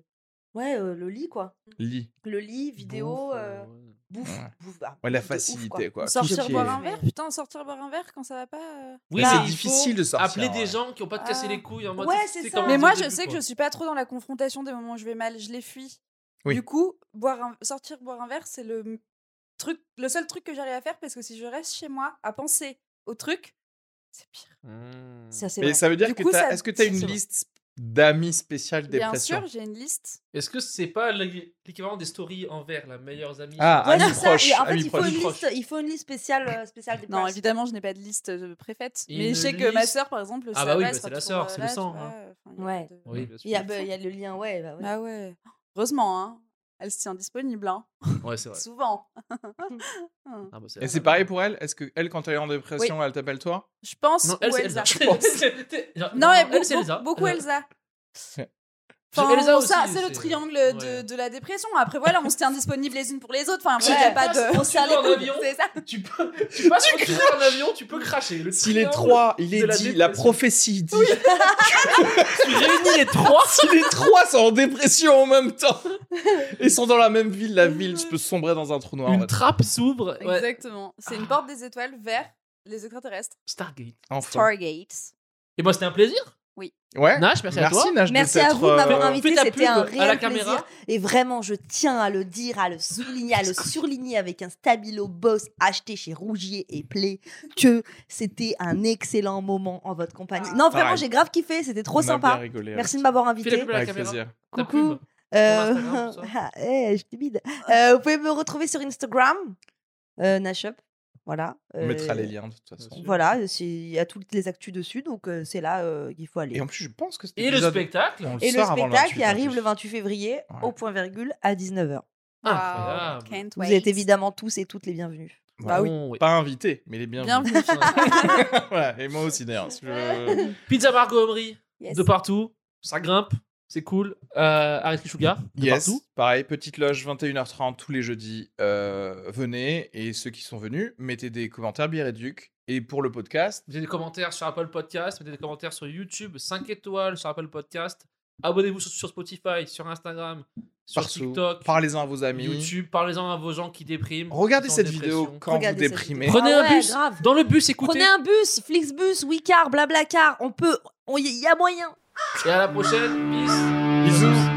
ouais, euh, le lit quoi. Lis. Le lit, vidéo, Bouffe, euh, euh, ouais. bouffe, Ouais. bouffe, ah, Ouais, la bouffe de ouf, facilité, quoi. Tout ce Sortir qui boire est- un verre Putain, sortir boire un verre quand ça va pas. euh. Oui, Bah, mais c'est il faut difficile de sortir, Appeler ouais. des gens qui ont pas te cassé Ah. les couilles en mode. Ouais, tu c'est sais, ça. comme on Mais dit moi, au je Ah, début, sais que quoi. je suis pas trop dans la confrontation des moments où je vais mal, je les fuis. Oui. Du coup, boire un- sortir boire un verre, c'est le m- truc, le seul truc que j'arrive à faire parce que si je reste chez moi à penser au truc, c'est pire. Mm. Ça c'est Mais vrai. ça veut dire Du que coup, t'as- ça- est-ce que tu as une c'est vrai. liste d'amis spéciales Bien dépression sûr, j'ai une liste. Est-ce que c'est pas l'é- l'équivalent des stories en verre, la meilleure amie Ah, Ouais, amis c'est ça. proches, Et en fait, amis il faut, proches. une Proches. liste, il faut une liste spéciale, euh, spéciale des Non, places. évidemment, je n'ai pas de liste euh, préfaite. Une mais je sais que ma liste. sœur, par exemple, Ah ça bah oui, va, bah se c'est la retrouve, sœur, euh, c'est le là, tu sang, vois, hein. euh, enfin, il y a Ouais. pas de- Oui, bien sûr. Il y a, bah, il y a le lien, ouais. Bah, ouais. Bah ouais. Heureusement, hein. elle se tient disponible, hein. Ouais, c'est vrai. Souvent. Ah, bah, Et c'est vrai. c'est pareil pour elle Est-ce que elle, quand elle est en dépression, elle t'appelle toi Je pense. Non, elle, ou c'est Elsa. Elsa. Je pense. Genre, Non, mais elle, beaucoup, c'est Elsa. beaucoup Euh, Elsa. J'ai- Enfin, Elsa aussi, ça, c'est le triangle de, ouais. de la dépression. Après, voilà, on se tient disponible les unes pour les autres. Enfin, après, Ouais. il y a pas de. On tu s'est allé vas en couper, avion C'est ça. Tu peux. Tu passes quand tu prends un avion, tu peux cracher. Le Si les triangle- trois, il de est la dit, dépression. la prophétie dit, Tu réunis les trois. si les trois sont en dépression en même temps et sont dans la même ville, la ville je peux sombrer dans un trou noir. en Une fait. trappe s'ouvre. Ouais. Exactement. C'est une porte des étoiles vers les extraterrestres. Stargate. Enfin. Targets. Et moi, c'était un plaisir. Ouais. Nash, merci, à toi. Nash, de Merci à t'être, vous de m'avoir euh, invité, fais ta c'était un pub réel à la plaisir. caméra. Et vraiment, je tiens à le dire, à le souligner, à le surligner avec un stabilo boss acheté chez Rougier et Play, que c'était un excellent moment en votre compagnie. Non, vraiment, Pareil. j'ai grave kiffé, c'était trop on a bien sympa. rigolé, Merci de m'avoir Fais la invité. pub à la Avec caméra. plaisir. Ta Coucou. pub. Euh, Instagram, tout ah, eh, je timide. Euh, vous pouvez me retrouver sur Instagram, euh, Nashup. Voilà. On mettra Euh, les liens de toute façon. Voilà, c'est- il y a toutes les actus dessus, donc euh, c'est là euh, qu'il faut aller. Et en plus, je pense que c'était Et le spectacle. Et le spectacle qui arrive le 28 février au point virgule à 19h. Incroyable. Can't Vous wait. êtes évidemment tous et toutes les bienvenus. Bah oui. Bon, oui. Pas invité, mais il est bien. Bienvenue. voilà. Et moi aussi d'ailleurs. si je- Pizza Margot Emery, Yes. de partout. Ça grimpe. C'est cool. Euh, Areski Sugar, de Yes, partout. pareil, petite loge 21h30 tous les jeudis. euh, venez et ceux qui sont venus, mettez des commentaires bière et duc. Et pour le podcast, Mettez des commentaires sur Apple Podcast, mettez des commentaires sur YouTube, 5 étoiles sur Apple Podcast. Abonnez-vous sur, sur Spotify, sur Instagram, sur partout, TikTok, parlez-en à vos amis. YouTube. Parlez-en à vos gens qui dépriment. Regardez qui sont en cette dépression. vidéo quand Regardez vous cette déprimez. vidéo. Prenez Ah un ouais, bus. grave. Dans le bus, écoutez. Prenez un bus, Flixbus, Wicar, Blablacar, on peut, il y a moyen. Et à la prochaine. Peace. Bisous.